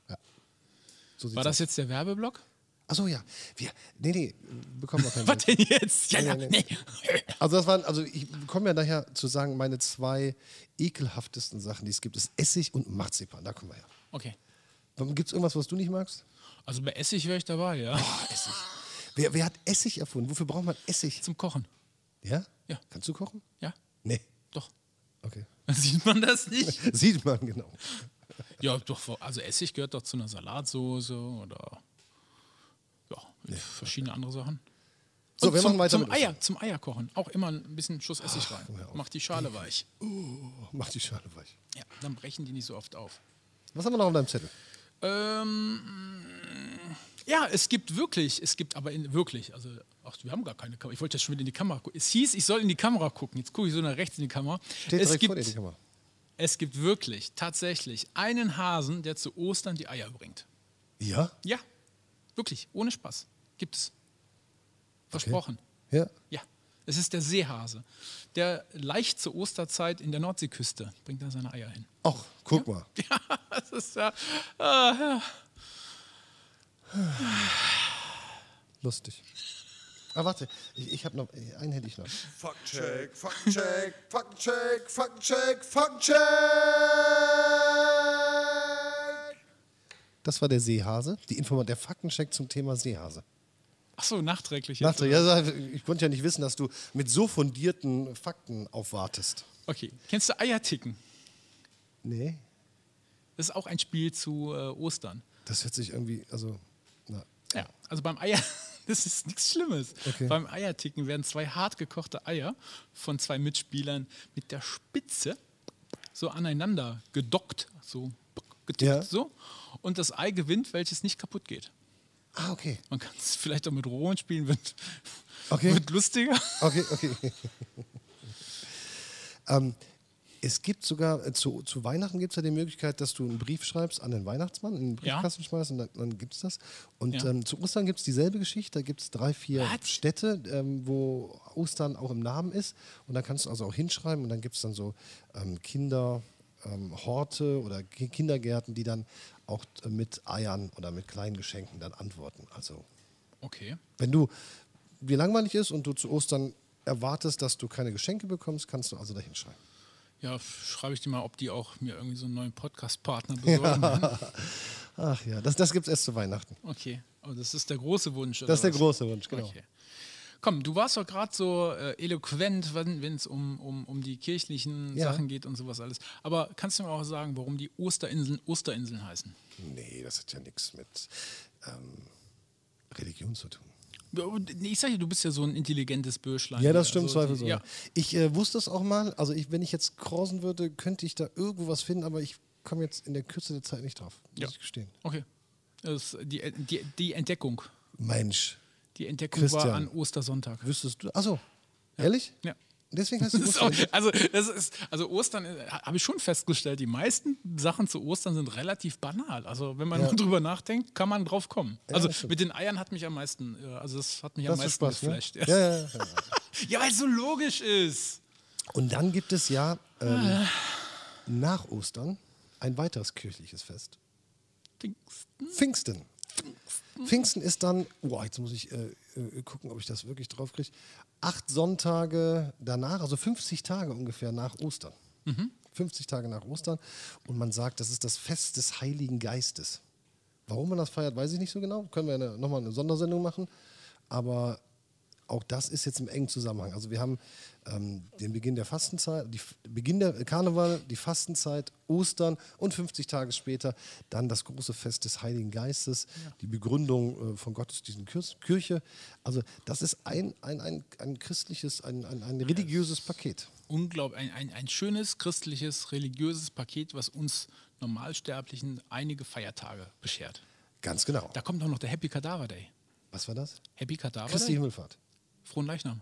Speaker 1: So sieht's
Speaker 3: War das
Speaker 1: aus.
Speaker 3: jetzt der Werbeblock?
Speaker 1: Achso, ja. Wir, nee, nee, bekommen wir
Speaker 3: *laughs*
Speaker 1: keinen
Speaker 3: Was denn jetzt? Ja, ja,
Speaker 1: Nee,
Speaker 3: nee. *laughs*
Speaker 1: nee. Also das waren, also ich komme ja nachher zu sagen, meine zwei ekelhaftesten Sachen, die es gibt, ist Essig und Marzipan. Da kommen wir her.
Speaker 3: Okay.
Speaker 1: Gibt es irgendwas, was du nicht magst?
Speaker 3: Also bei Essig wäre ich dabei, ja.
Speaker 1: Wer, wer hat Essig erfunden? Wofür braucht man Essig?
Speaker 3: *laughs* Zum Kochen.
Speaker 1: Ja?
Speaker 3: Ja.
Speaker 1: Kannst du kochen?
Speaker 3: Ja,
Speaker 1: Nee.
Speaker 3: doch. *laughs*
Speaker 1: Okay. *laughs*
Speaker 3: Sieht man das nicht?
Speaker 1: Sieht man, genau.
Speaker 3: Ja, doch. Also Essig gehört doch zu einer Salatsoße oder ja, verschiedene andere Sachen.
Speaker 1: So,
Speaker 3: Und
Speaker 1: wir
Speaker 3: zum,
Speaker 1: machen weiter
Speaker 3: Zum
Speaker 1: mit
Speaker 3: Eier, zum Eierkochen. Auch immer ein bisschen Schuss Essig rein.
Speaker 1: hör auf.
Speaker 3: Macht
Speaker 1: *laughs*
Speaker 3: die Schale weich.
Speaker 1: Oh, mach die Schale weich.
Speaker 3: Ja, dann brechen die nicht so oft auf.
Speaker 1: Was haben wir noch auf deinem Zettel?
Speaker 3: Ähm, Ja, es gibt wirklich, es gibt aber in, wirklich, also ach, wir haben gar keine Kamera. Ich wollte ja schon wieder in die Kamera gucken. Es hieß, ich soll in die Kamera gucken. Jetzt gucke ich so nach rechts in die Kamera.
Speaker 1: Steht
Speaker 3: es
Speaker 1: direkt
Speaker 3: gibt,
Speaker 1: vor dir, die Kamera.
Speaker 3: es gibt wirklich, tatsächlich einen Hasen, der zu Ostern die Eier bringt.
Speaker 1: Ja?
Speaker 3: Ja, wirklich, ohne Spaß. Gibt es. Versprochen.
Speaker 1: Ja?
Speaker 3: Ja, es ist der Seehase. Der leicht zur Osterzeit in der Nordseeküste bringt er seine Eier hin. *laughs*
Speaker 1: Ach, guck mal.
Speaker 3: Das ist ja. ah, ja.
Speaker 1: Lustig. Ah, warte. Ich, ich habe noch, äh, einen hätte ich noch.
Speaker 2: Faktencheck, Faktencheck, Faktencheck, Faktencheck, Faktencheck!
Speaker 1: Das war der Seehase. Die Informa der Faktencheck zum Thema Seehase.
Speaker 3: Ach so, nachträglich. jetzt.
Speaker 1: Dachte, ja, ich konnte ja nicht wissen, dass du mit so fundierten Fakten aufwartest.
Speaker 3: Okay, kennst du Eierticken?
Speaker 1: Nee.
Speaker 3: Das ist auch ein Spiel zu äh, Ostern.
Speaker 1: Das hört sich irgendwie, also, na,
Speaker 3: Ja, also beim Eier, *laughs* das ist nichts Schlimmes.
Speaker 1: Okay.
Speaker 3: Beim Eierticken werden zwei hart gekochte Eier von zwei Mitspielern mit der Spitze so aneinander gedockt, so getickt
Speaker 1: Ja.
Speaker 3: so. Und das Ei gewinnt, welches nicht kaputt geht.
Speaker 1: ah, okay.
Speaker 3: Man kann es vielleicht auch mit Rohren spielen, wird, *laughs*
Speaker 1: Okay.
Speaker 3: wird lustiger.
Speaker 1: Okay, okay. *laughs* ähm, es gibt sogar, äh, zu, zu Weihnachten gibt es ja die Möglichkeit, dass du einen Brief schreibst an den Weihnachtsmann, in den
Speaker 3: Ja.
Speaker 1: Briefkasten schmeißt und dann, dann gibt es das. Und
Speaker 3: Ja.
Speaker 1: ähm, zu Ostern gibt es dieselbe Geschichte. Da gibt es drei, vier
Speaker 3: Was?
Speaker 1: Städte, ähm, wo Ostern auch im Namen ist. Und da kannst du also auch hinschreiben und dann gibt es dann so ähm, Kinder. ähm, Horte oder Ki- Kindergärten, die dann auch äh, mit Eiern oder mit kleinen Geschenken dann antworten. Also
Speaker 3: Okay.
Speaker 1: wenn du dir langweilig ist und du zu Ostern erwartest, dass du keine Geschenke bekommst, kannst du also dahin schreiben.
Speaker 3: Ja, f- schreibe ich dir mal, ob die auch mir irgendwie so einen neuen Podcast-Partner besorgen.
Speaker 1: Ach ja, das, das gibt es erst zu Weihnachten.
Speaker 3: Okay, aber das ist der große Wunsch. oder
Speaker 1: Das ist der
Speaker 3: was?
Speaker 1: große Wunsch, genau.
Speaker 3: Okay. Komm, du warst doch gerade so äh, eloquent, wenn es um, um, um die kirchlichen
Speaker 1: Ja.
Speaker 3: Sachen geht und sowas alles. Aber kannst du mir auch sagen, warum die Osterinseln Osterinseln heißen?
Speaker 1: Nee, das hat ja nichts mit ähm, Religion zu tun.
Speaker 3: Ja, und Ich sage ja, du bist ja so ein intelligentes Bürschlein.
Speaker 1: Ja, das
Speaker 3: hier.
Speaker 1: stimmt,
Speaker 3: Also,
Speaker 1: zweifelsohne.
Speaker 3: Ja,
Speaker 1: Ich äh, wusste es auch mal, also ich, wenn ich jetzt crossen würde, könnte ich da irgendwo was finden, aber ich komme jetzt in der Kürze der Zeit nicht drauf, muss
Speaker 3: Ja.
Speaker 1: ich gestehen.
Speaker 3: okay. Das ist die, die, die Entdeckung.
Speaker 1: Mensch,
Speaker 3: Die Entdeckung
Speaker 1: Christian.
Speaker 3: war an Ostersonntag.
Speaker 1: wüsstest du, achso, ehrlich?
Speaker 3: Ja.
Speaker 1: Deswegen heißt
Speaker 3: *laughs* Das
Speaker 1: es
Speaker 3: ist auch,
Speaker 1: Ostern.
Speaker 3: also, das ist, also Ostern äh, habe ich schon festgestellt, die meisten Sachen zu Ostern sind relativ banal. Also wenn man
Speaker 1: Ja.
Speaker 3: nur *laughs* drüber nachdenkt, kann man drauf kommen.
Speaker 1: das
Speaker 3: also
Speaker 1: stimmt.
Speaker 3: mit den Eiern hat mich am meisten, äh, also das hat mich
Speaker 1: Das
Speaker 3: am
Speaker 1: ist ne?
Speaker 3: meisten
Speaker 1: Spaß, ne?
Speaker 3: geflasht.
Speaker 1: Ja,
Speaker 3: Ja,
Speaker 1: ja, ja.
Speaker 3: ja weil es so logisch ist.
Speaker 1: Und dann gibt es ja ähm, nach Ostern ein weiteres kirchliches Fest. Pfingsten.
Speaker 3: Pfingsten.
Speaker 1: Pfingsten ist dann, boah, jetzt muss ich äh, äh, gucken, ob ich das wirklich drauf kriege. Acht Sonntage danach, also 50 Tage ungefähr nach Ostern. 50 Tage nach Ostern. Und man sagt, das ist das Fest des Heiligen Geistes. Warum man das feiert, weiß ich nicht so genau. Können wir eine, nochmal eine Sondersendung machen. Aber auch das ist jetzt im engen Zusammenhang. Also wir haben ähm, den Beginn der Fastenzeit, die F- Beginn der äh, Karneval, die Fastenzeit, Ostern und 50 Tage später dann das große Fest des Heiligen Geistes, die Begründung äh, von Gottesdienst und Kir- Kirche. Also das ist ein, ein, ein, ein christliches, ein, ein, ein religiöses Paket.
Speaker 3: Unglaublich, ein, ein, ein schönes christliches, religiöses Paket, was uns Normalsterblichen einige Feiertage beschert.
Speaker 1: Ganz genau.
Speaker 3: Da kommt auch noch der Happy Cadaver Day.
Speaker 1: Was war das?
Speaker 3: Happy Cadaver
Speaker 1: Christi
Speaker 3: Day?
Speaker 1: Himmelfahrt.
Speaker 3: Frohen Leichnam.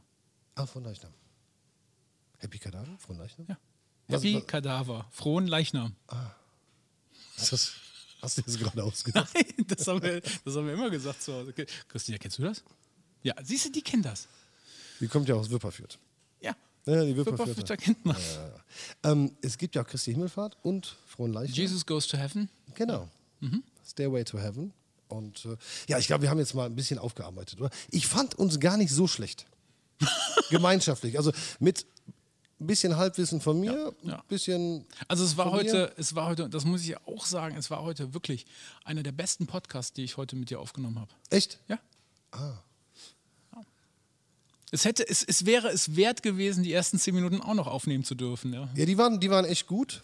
Speaker 1: Ah, von Leichnam. Happy Kadaver? Von Leichnam?
Speaker 3: Ja.
Speaker 1: Was-
Speaker 3: Happy
Speaker 1: was-
Speaker 3: Cadaver. Frohen Leichnam.
Speaker 1: Ist das, hast du das gerade
Speaker 3: *laughs*
Speaker 1: ausgedacht?
Speaker 3: das, haben wir, das haben wir immer gesagt zu Hause. Okay. Christina, kennst du das? Ja, siehst du, die kennen das.
Speaker 1: Die kommt ja aus Wipperfürth.
Speaker 3: Ja.
Speaker 1: Ja, die Wipperfürther.
Speaker 3: Wipperfürther kennt man.
Speaker 1: Ähm, es gibt ja auch Christi Himmelfahrt und Frohen Leichnam.
Speaker 3: Jesus Mhm. Goes to Heaven.
Speaker 1: Genau. Stairway to Heaven. Und äh, ja, ich glaube, wir haben jetzt mal ein bisschen aufgearbeitet, oder? Ich fand uns gar nicht so
Speaker 3: *laughs*
Speaker 1: schlecht. Gemeinschaftlich. Also mit ein bisschen Halbwissen von mir, ein
Speaker 3: Ja, ja.
Speaker 1: bisschen.
Speaker 3: Also es war
Speaker 1: Von mir?
Speaker 3: heute, es war heute, das muss ich auch sagen, es war heute wirklich einer der besten Podcasts, die ich heute mit dir aufgenommen habe.
Speaker 1: Echt?
Speaker 3: Ja.
Speaker 1: Ah.
Speaker 3: Ja. Es, hätte, es, es wäre es wert gewesen, die ersten zehn Minuten auch noch aufnehmen zu dürfen. Ja.
Speaker 1: Ja, die waren, die waren echt gut.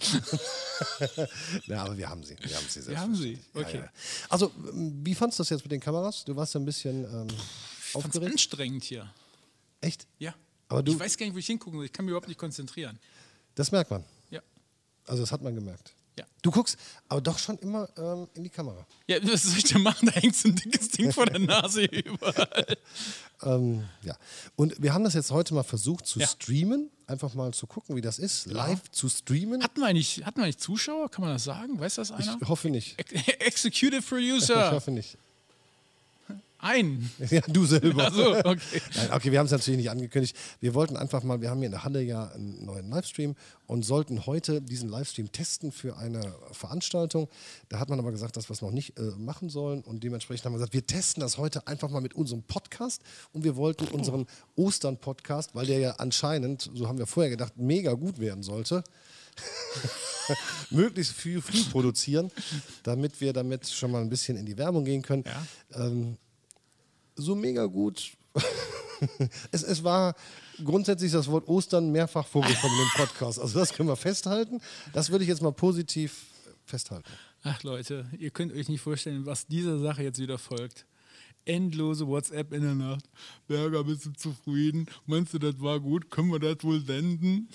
Speaker 1: *laughs* ja, aber wir haben sie. Wir haben sie,
Speaker 3: Wir haben sie.
Speaker 1: selbstverständlich. Ja,
Speaker 3: Okay.
Speaker 1: ja. Also, ähm, wie fandst du das jetzt mit den Kameras? Du warst ja ein bisschen ähm,
Speaker 3: Ich fand es
Speaker 1: aufgeregt.
Speaker 3: anstrengend hier.
Speaker 1: Echt?
Speaker 3: Ja.
Speaker 1: Aber du-
Speaker 3: ich weiß gar nicht, wo ich hingucken soll. Ich kann mich überhaupt nicht konzentrieren.
Speaker 1: Das merkt man.
Speaker 3: Ja.
Speaker 1: Also, das hat man gemerkt.
Speaker 3: Ja.
Speaker 1: Du guckst aber doch schon immer ähm, in die Kamera.
Speaker 3: Ja, was soll ich denn machen? Da hängt so ein dickes Ding vor der Nase hier überall.
Speaker 1: Ähm, ja. Und wir haben das jetzt heute mal versucht zu
Speaker 3: Ja.
Speaker 1: streamen. Einfach mal zu gucken, wie das ist. Live zu streamen.
Speaker 3: Hatten wir eigentlich, hatten wir eigentlich Zuschauer? Kann man das sagen? Weiß das einer?
Speaker 1: Ich hoffe nicht.
Speaker 3: Ex *laughs* Executive
Speaker 1: Ich
Speaker 3: Producer!
Speaker 1: hoffe nicht.
Speaker 3: Ein!
Speaker 1: *laughs* Ja, du selber.
Speaker 3: Also, okay.
Speaker 1: Nein, okay, wir haben es natürlich nicht angekündigt. Wir wollten einfach mal, wir haben hier in der Halle ja einen neuen Livestream und sollten heute diesen Livestream testen für eine Veranstaltung. Da hat man aber gesagt, dass wir es noch nicht äh, machen sollen und dementsprechend haben wir gesagt, wir testen das heute einfach mal mit unserem Podcast und wir wollten unseren Ostern-Podcast, weil der ja anscheinend, so haben wir vorher gedacht, mega gut werden sollte, möglichst viel früh produzieren, *laughs* damit wir damit schon mal ein bisschen in die Werbung gehen können Ähm,
Speaker 3: Ja.
Speaker 1: so mega gut. *laughs* es, es war grundsätzlich das Wort Ostern mehrfach vorgekommen im Podcast. Also das können wir festhalten. Das würde ich jetzt mal positiv festhalten.
Speaker 3: Ach Leute, ihr könnt euch nicht vorstellen, was dieser Sache jetzt wieder folgt. Endlose WhatsApp in der Nacht. Berger, bist du zufrieden? Meinst du, das war gut? Können wir das wohl senden?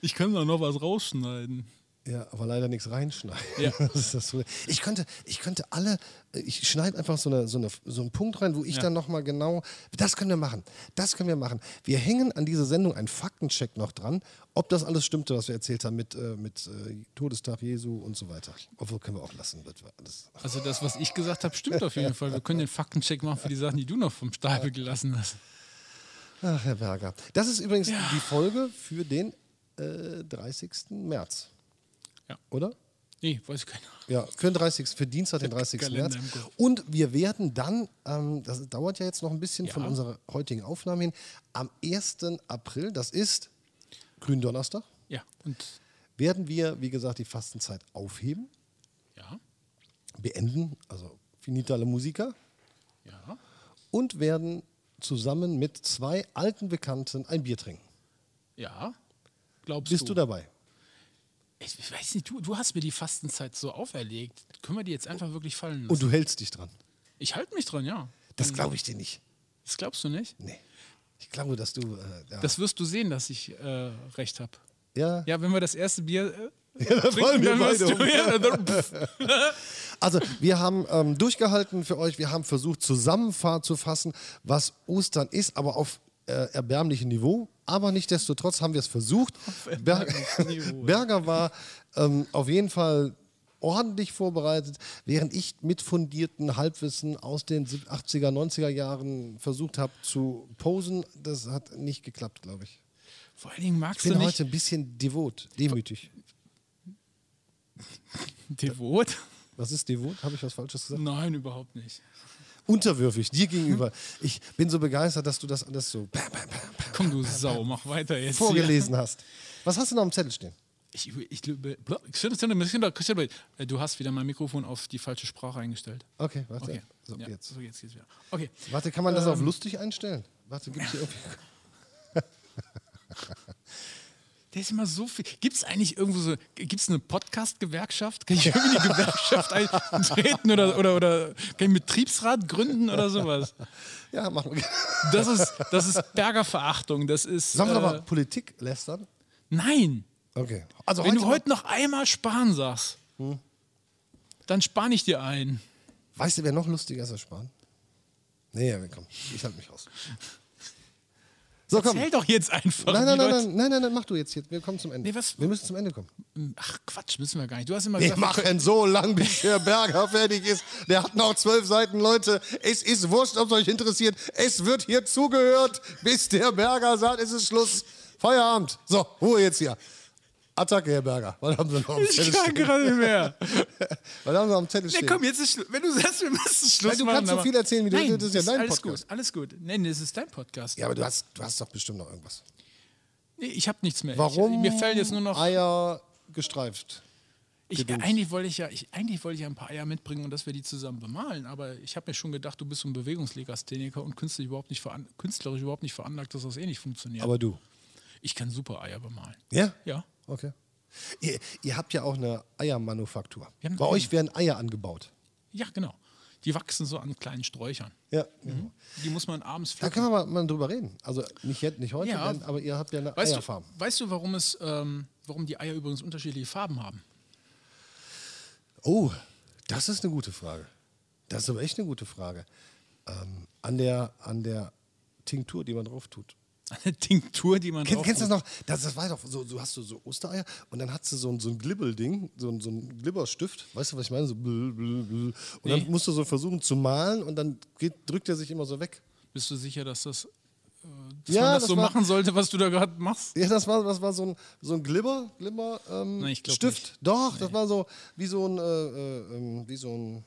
Speaker 3: Ich kann da noch was rausschneiden.
Speaker 1: Ja, aber leider nichts reinschneiden.
Speaker 3: Ja.
Speaker 1: *laughs* Das ist das Problem. ich, könnte, ich könnte alle, ich schneide einfach so, eine, so, eine, so einen Punkt rein, wo ich
Speaker 3: Ja.
Speaker 1: dann nochmal genau, das können wir machen, das können wir machen. Wir hängen an diese Sendung einen Faktencheck noch dran, ob das alles stimmte, was wir erzählt haben mit, äh, mit äh, Todestag Jesu und so weiter. Obwohl können wir auch lassen. Das war alles.
Speaker 3: Also das, was ich gesagt habe, stimmt auf jeden Fall. Wir können den Faktencheck machen für die Sachen, die du noch vom Stapel gelassen hast.
Speaker 1: Ach, Herr Berger. Das ist übrigens die Folge für den äh, 30. März.
Speaker 3: Ja.
Speaker 1: Oder?
Speaker 3: Nee, weiß ich keine
Speaker 1: Ja, für den 30. Für Dienstag, den 30.
Speaker 3: Kalender
Speaker 1: März.
Speaker 3: im Kopf.
Speaker 1: Und wir werden dann, ähm, das dauert ja jetzt noch ein bisschen
Speaker 3: Ja.
Speaker 1: von unserer heutigen Aufnahme hin, am 1. April, das ist Gründonnerstag,
Speaker 3: Ja, und
Speaker 1: werden wir, wie gesagt, die Fastenzeit aufheben,
Speaker 3: ja,
Speaker 1: beenden, also finitale Musiker,
Speaker 3: ja.
Speaker 1: und werden zusammen mit zwei alten Bekannten ein Bier trinken.
Speaker 3: Ja. Glaubst
Speaker 1: Bist du dabei?
Speaker 3: Ich, ich weiß nicht, du, du hast mir die Fastenzeit so auferlegt. Können wir die jetzt einfach wirklich fallen
Speaker 1: Und
Speaker 3: lassen?
Speaker 1: du hältst dich dran.
Speaker 3: Ich halte mich dran, ja.
Speaker 1: Das glaube ich dir nicht.
Speaker 3: Das glaubst du nicht?
Speaker 1: Nee. Ich glaube, dass du. Äh, ja.
Speaker 3: Das wirst du sehen, dass ich äh, recht habe.
Speaker 1: ja.
Speaker 3: Ja, wenn wir das erste Bier äh,
Speaker 1: *laughs* Ja, da fallen
Speaker 3: trinken,
Speaker 1: wir
Speaker 3: dann wirst
Speaker 1: beide
Speaker 3: du.
Speaker 1: um.
Speaker 3: Ja, dann,
Speaker 1: *laughs*
Speaker 3: pff,
Speaker 1: Also, wir haben ähm, durchgehalten für euch. Wir haben versucht, zusammenfahren zu fassen, was Ostern ist, aber auf äh, erbärmlichem Niveau. Aber nichtdestotrotz haben wir es versucht. Ber *laughs*
Speaker 3: Niveau.
Speaker 1: Berger war ähm, auf jeden Fall ordentlich vorbereitet, während ich mit fundierten Halbwissen aus den 80er, 90er Jahren versucht habe zu posen. Das hat nicht geklappt, glaube ich.
Speaker 3: Vor allen Dingen magst
Speaker 1: Ich
Speaker 3: du
Speaker 1: bin
Speaker 3: nicht
Speaker 1: heute ein bisschen devot, demütig.
Speaker 3: devot.
Speaker 1: Was ist devot? Habe ich was Falsches gesagt?
Speaker 3: Nein, überhaupt nicht.
Speaker 1: Unterwürfig, dir gegenüber. Ich bin so begeistert, dass du das alles so bam, bam, bam, bam,
Speaker 3: Komm, du Sau, mach weiter jetzt. hier.
Speaker 1: vorgelesen hast. Was hast du noch am Zettel stehen?
Speaker 3: Ich, ich, ich, du hast wieder mein Mikrofon auf die falsche Sprache eingestellt.
Speaker 1: Okay, warte.
Speaker 3: Okay.
Speaker 1: So,
Speaker 3: ja, Ähm.
Speaker 1: jetzt.
Speaker 3: so jetzt geht's wieder. Okay.
Speaker 1: Warte, kann man das auf lustig einstellen? Warte, gibt's hier irgendwie.
Speaker 3: *laughs* Der ist immer so viel. Gibt es eigentlich irgendwo so, gibt es eine Podcast-Gewerkschaft? Kann ich irgendwie eine Gewerkschaft eintreten oder, oder, oder kann ich einen Betriebsrat gründen oder sowas?
Speaker 1: Ja, machen wir.
Speaker 3: Das ist, das ist Bergerverachtung. Das ist.
Speaker 1: Sollen wir
Speaker 3: äh,
Speaker 1: nochmal Politik lästern?
Speaker 3: Nein.
Speaker 1: Okay. Also
Speaker 3: Wenn du
Speaker 1: mal- Hm.
Speaker 3: heute noch einmal sparen sagst, dann spann ich dir ein.
Speaker 1: Weißt du, wer noch lustiger ist als Spahn? Nee, ja, komm, ich halte mich raus. So, komm.
Speaker 3: Zähl doch jetzt einfach.
Speaker 1: Nein, nein,
Speaker 3: die
Speaker 1: nein,
Speaker 3: Leute-
Speaker 1: nein, nein, nein, nein, mach du jetzt. jetzt. Wir kommen zum Ende.
Speaker 3: Nee, was?
Speaker 1: Wir müssen zum Ende kommen.
Speaker 3: Ach Quatsch, müssen wir gar nicht. Du hast immer
Speaker 1: Wir
Speaker 3: gesagt,
Speaker 1: machen so lang, bis der Berger *laughs* fertig ist. Der hat noch zwölf Seiten, Leute. Es ist wurscht, ob es euch interessiert. Es wird hier zugehört, bis der Berger sagt, es ist Schluss. Feierabend. So, Ruhe jetzt hier. Attacke, Herr Berger. Was haben Sie noch am Zettel
Speaker 3: ich kann *laughs*
Speaker 1: stehen?
Speaker 3: gerade nicht mehr.
Speaker 1: Was haben Sie am Zettel
Speaker 3: Ja,
Speaker 1: stehen?
Speaker 3: komm, jetzt ist Schluss. Wenn du sagst, wir müssen Schluss
Speaker 1: Nein, du
Speaker 3: machen.
Speaker 1: kannst so
Speaker 3: aber-
Speaker 1: viel erzählen, wie du
Speaker 3: Nein,
Speaker 1: willst. Das ist ja dein
Speaker 3: alles
Speaker 1: Podcast.
Speaker 3: gut, alles gut. Nein, das ist dein Podcast.
Speaker 1: Ja, aber du hast, du hast doch bestimmt noch irgendwas.
Speaker 3: Nee, ich habe nichts mehr.
Speaker 1: Warum
Speaker 3: Ich, mir fällt jetzt nur noch.
Speaker 1: Eier gestreift.
Speaker 3: Ich, eigentlich wollte ich ja, ich, eigentlich wollte ich ja ein paar Eier mitbringen und dass wir die zusammen bemalen. Aber ich habe mir schon gedacht, du bist so ein Bewegungslegastheniker und künstlerisch überhaupt nicht, veran künstlerisch überhaupt nicht veranlagt, dass das eh nicht funktioniert.
Speaker 1: Aber du.
Speaker 3: ich kann super Eier bemalen.
Speaker 1: Ja?
Speaker 3: Ja.
Speaker 1: Okay. Ihr, ihr habt ja auch eine Eiermanufaktur.
Speaker 3: Wir haben
Speaker 1: Bei
Speaker 3: Eier.
Speaker 1: euch werden Eier angebaut.
Speaker 3: Ja, genau. Die wachsen so an kleinen Sträuchern.
Speaker 1: Ja.
Speaker 3: Mhm.
Speaker 1: genau.
Speaker 3: Die muss man abends
Speaker 1: Da
Speaker 3: pflücken.
Speaker 1: können wir mal, mal drüber reden. Also nicht jetzt, nicht heute,
Speaker 3: Ja.
Speaker 1: denn, aber ihr habt ja eine
Speaker 3: Weißt du,
Speaker 1: Eierfarm.
Speaker 3: weißt du, warum es, ähm, warum die Eier übrigens unterschiedliche Farben haben?
Speaker 1: Oh, das ist eine gute Frage. Das ist aber echt eine gute Frage. Ähm, an, der, an der Tinktur, die man drauf tut.
Speaker 3: Eine Tinktur, die man
Speaker 1: Kenn,
Speaker 3: drauf
Speaker 1: kennst du das
Speaker 3: tut.
Speaker 1: noch? Das, das war doch so, so hast du so Ostereier und dann hast du so ein, so ein Glibbelding, so ein, so ein Glibberstift. Weißt du, was ich meine? So blö, blö, blö. Und dann musst du so versuchen zu malen und dann geht, drückt er sich immer so weg.
Speaker 3: Bist du sicher, dass das, äh, dass
Speaker 1: Ja,
Speaker 3: man das,
Speaker 1: das
Speaker 3: so
Speaker 1: war-
Speaker 3: machen sollte, was du da gerade machst?
Speaker 1: Ja, das war, das war so ein, so ein Glibber, Glimmer, ähm,
Speaker 3: Nein, ich glaub
Speaker 1: Stift.
Speaker 3: nicht.
Speaker 1: Doch, das war so wie so ein, äh, äh, ähm, wie so ein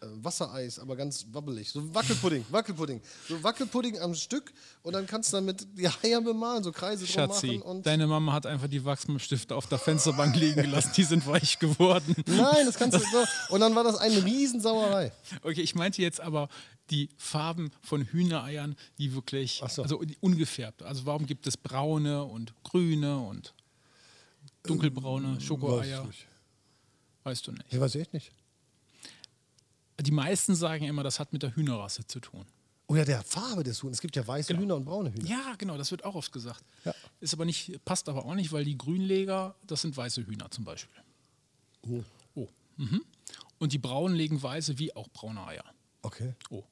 Speaker 1: äh, Wassereis, aber ganz wabbelig. So Wackelpudding, Wackelpudding. So Wackelpudding am Stück und dann kannst du damit die Eier bemalen, so Kreise drum
Speaker 3: Schatzi,
Speaker 1: machen. Und
Speaker 3: deine Mama hat einfach die Wachsmalstifte auf der Fensterbank liegen gelassen. Die sind weich geworden.
Speaker 1: Nein, das kannst du so. Und dann war das eine Riesensauerei.
Speaker 3: Okay, ich meinte jetzt aber die Farben von Hühnereiern, die wirklich,
Speaker 1: Ach so.
Speaker 3: also die ungefärbt. Also warum gibt es braune und grüne und
Speaker 1: Ähm,
Speaker 3: dunkelbraune Schokoeier? Weißt du nicht.
Speaker 1: Ich weiß echt nicht.
Speaker 3: Die meisten sagen immer, das hat mit der Hühnerrasse zu tun.
Speaker 1: Oder Oh der Farbe des Huhns. Es gibt ja weiße Hühner und braune Hühner.
Speaker 3: Genau. Ja, genau, das wird auch oft gesagt.
Speaker 1: Ja.
Speaker 3: Ist aber nicht, passt aber auch nicht, weil die Grünleger, das sind weiße Hühner zum Beispiel.
Speaker 1: Oh,
Speaker 3: Oh. Mhm. Und die Braunen legen weiße wie auch braune Eier.
Speaker 1: okay.
Speaker 3: Oh.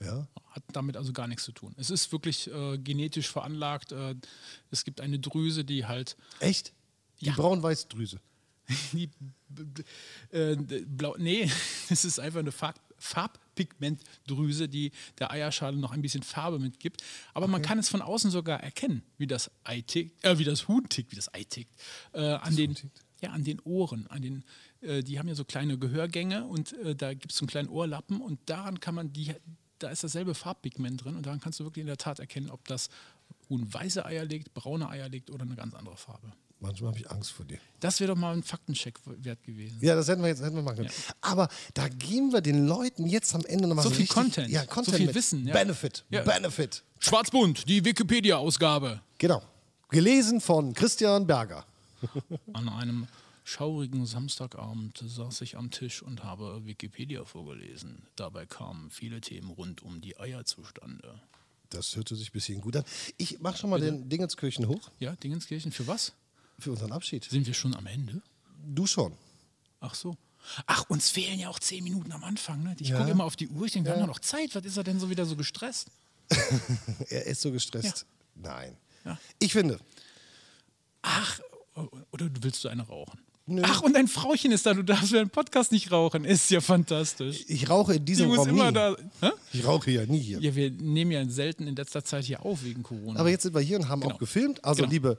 Speaker 1: Ja.
Speaker 3: Hat damit also gar nichts zu tun. Es ist wirklich äh, genetisch veranlagt. Äh, es gibt eine Drüse, die halt
Speaker 1: Echt? Die
Speaker 3: Ja.
Speaker 1: braun-weiß-Drüse.
Speaker 3: die b- b- äh, d- blau. Nee, *laughs* es ist einfach eine Farb Farbpigmentdrüse, die der Eierschale noch ein bisschen Farbe mitgibt. Aber man kann es von außen sogar erkennen, wie das Ei tickt, äh, wie das Huhn tickt, wie das Ei tickt. Äh, an den, ja, an den Ohren, an den, äh, die haben ja so kleine Gehörgänge und äh, da gibt es so einen kleinen Ohrlappen und daran kann man die, da ist dasselbe Farbpigment drin und daran kannst du wirklich in der Tat erkennen, ob das Huhn weiße Eier legt, braune Eier legt oder eine ganz andere Farbe.
Speaker 1: Manchmal habe ich Angst vor dir.
Speaker 3: Das wäre doch mal ein Faktencheck wert gewesen.
Speaker 1: Ja, das hätten wir jetzt hätten wir machen können. Aber da geben wir den Leuten jetzt am Ende nochmal
Speaker 3: So
Speaker 1: so
Speaker 3: viel
Speaker 1: richtig,
Speaker 3: Content.
Speaker 1: Ja,
Speaker 3: So
Speaker 1: Content
Speaker 3: viel
Speaker 1: mit.
Speaker 3: Wissen, ja.
Speaker 1: Benefit.
Speaker 3: Ja.
Speaker 1: Benefit.
Speaker 3: Schwarzbund, die Wikipedia-Ausgabe.
Speaker 1: Genau. Gelesen von Christian Berger.
Speaker 3: An einem schaurigen Samstagabend saß ich am Tisch und habe Wikipedia vorgelesen. Dabei kamen viele Themen rund um die Eier zustande.
Speaker 1: Das hörte sich ein bisschen gut an. Ich mache schon mal den Dingenskirchen hoch
Speaker 3: Ja, Dingenskirchen, für was?
Speaker 1: für unseren Abschied.
Speaker 3: Sind wir schon am Ende?
Speaker 1: Du schon.
Speaker 3: Ach so. Ach, uns fehlen ja auch zehn Minuten am Anfang. Ne? Ich
Speaker 1: Ja.
Speaker 3: gucke immer auf die Uhr, ich denke, wir haben doch noch Zeit. Was ist er denn so wieder so gestresst?
Speaker 1: Er ist so gestresst. Nein.
Speaker 3: Ja.
Speaker 1: Ich finde,
Speaker 3: Ach, oder du willst du eine rauchen? Ach, und ein Frauchen ist da, du darfst für einen Podcast nicht rauchen. Ist ja fantastisch.
Speaker 1: Ich rauche in
Speaker 3: Die
Speaker 1: diesem
Speaker 3: muss
Speaker 1: Raum
Speaker 3: immer
Speaker 1: nie.
Speaker 3: da. Hä?
Speaker 1: Ich rauche ja nie hier.
Speaker 3: Ja, wir nehmen ja selten in letzter Zeit hier auf wegen Corona.
Speaker 1: Aber jetzt sind wir hier und haben auch gefilmt. Also,
Speaker 3: Mhm. Genau.
Speaker 1: liebe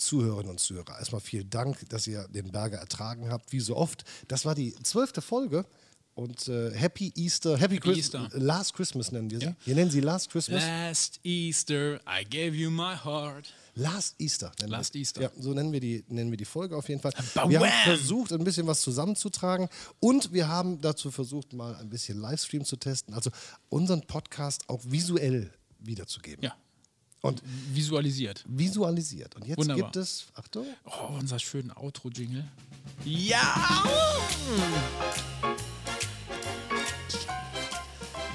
Speaker 1: Zuhörerinnen und Zuhörer, erstmal vielen Dank, dass ihr den Berger ertragen habt, wie so oft. Das war die zwölfte Folge. Und äh, Happy Easter, Happy,
Speaker 3: Easter.
Speaker 1: Christmas, Last Christmas nennen wir sie. Wir nennen sie Last Christmas.
Speaker 3: Last Easter, I gave you my heart.
Speaker 1: Last Easter. Nennen
Speaker 3: Last
Speaker 1: wir.
Speaker 3: Easter.
Speaker 1: Ja, so nennen wir, die, nennen wir die Folge auf jeden Fall.
Speaker 3: Bam,
Speaker 1: Wir
Speaker 3: wham!
Speaker 1: haben versucht, ein bisschen was zusammenzutragen und wir haben dazu versucht, mal ein bisschen Livestream zu testen, also unseren Podcast auch visuell wiederzugeben.
Speaker 3: Ja,
Speaker 1: Und
Speaker 3: visualisiert.
Speaker 1: visualisiert. Und jetzt
Speaker 3: Wunderbar.
Speaker 1: gibt es, Achtung,
Speaker 3: Oh, unser schönen Outro-Jingle. Ja!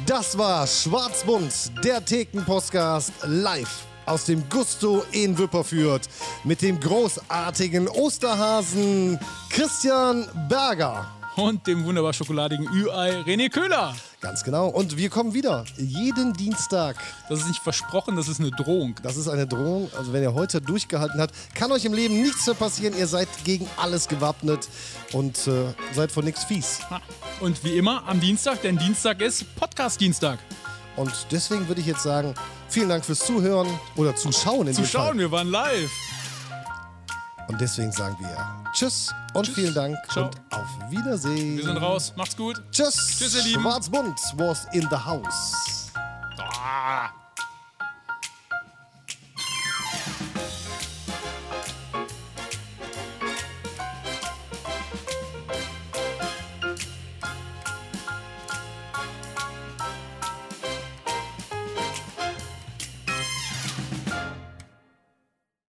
Speaker 1: das war Schwarzbund, der Theken-Podcast live aus dem Gusto in Wipperfürth mit dem großartigen Osterhasen Christian Berger.
Speaker 3: Und dem wunderbar schokoladigen Ü-Ei René Köhler.
Speaker 1: Ganz genau. Und wir kommen wieder jeden Dienstag.
Speaker 3: Das ist nicht versprochen, das ist eine Drohung.
Speaker 1: Das ist eine Drohung. Also wenn ihr heute durchgehalten habt, kann euch im Leben nichts mehr passieren. Ihr seid gegen alles gewappnet und äh, seid von nichts fies.
Speaker 3: Ha. Und wie immer am Dienstag, denn Dienstag ist Podcast-Dienstag.
Speaker 1: Und deswegen würde ich jetzt sagen, vielen Dank fürs Zuhören oder Zuschauen in dem
Speaker 3: Zuschauen, wir waren live.
Speaker 1: Fall. Und deswegen sagen wir Tschüss und vielen Dank
Speaker 3: Ciao.
Speaker 1: und auf Wiedersehen.
Speaker 3: Wir sind raus. Macht's gut.
Speaker 1: Tschüss.
Speaker 3: Tschüss, ihr Lieben.
Speaker 1: Schwarzbund was in the house.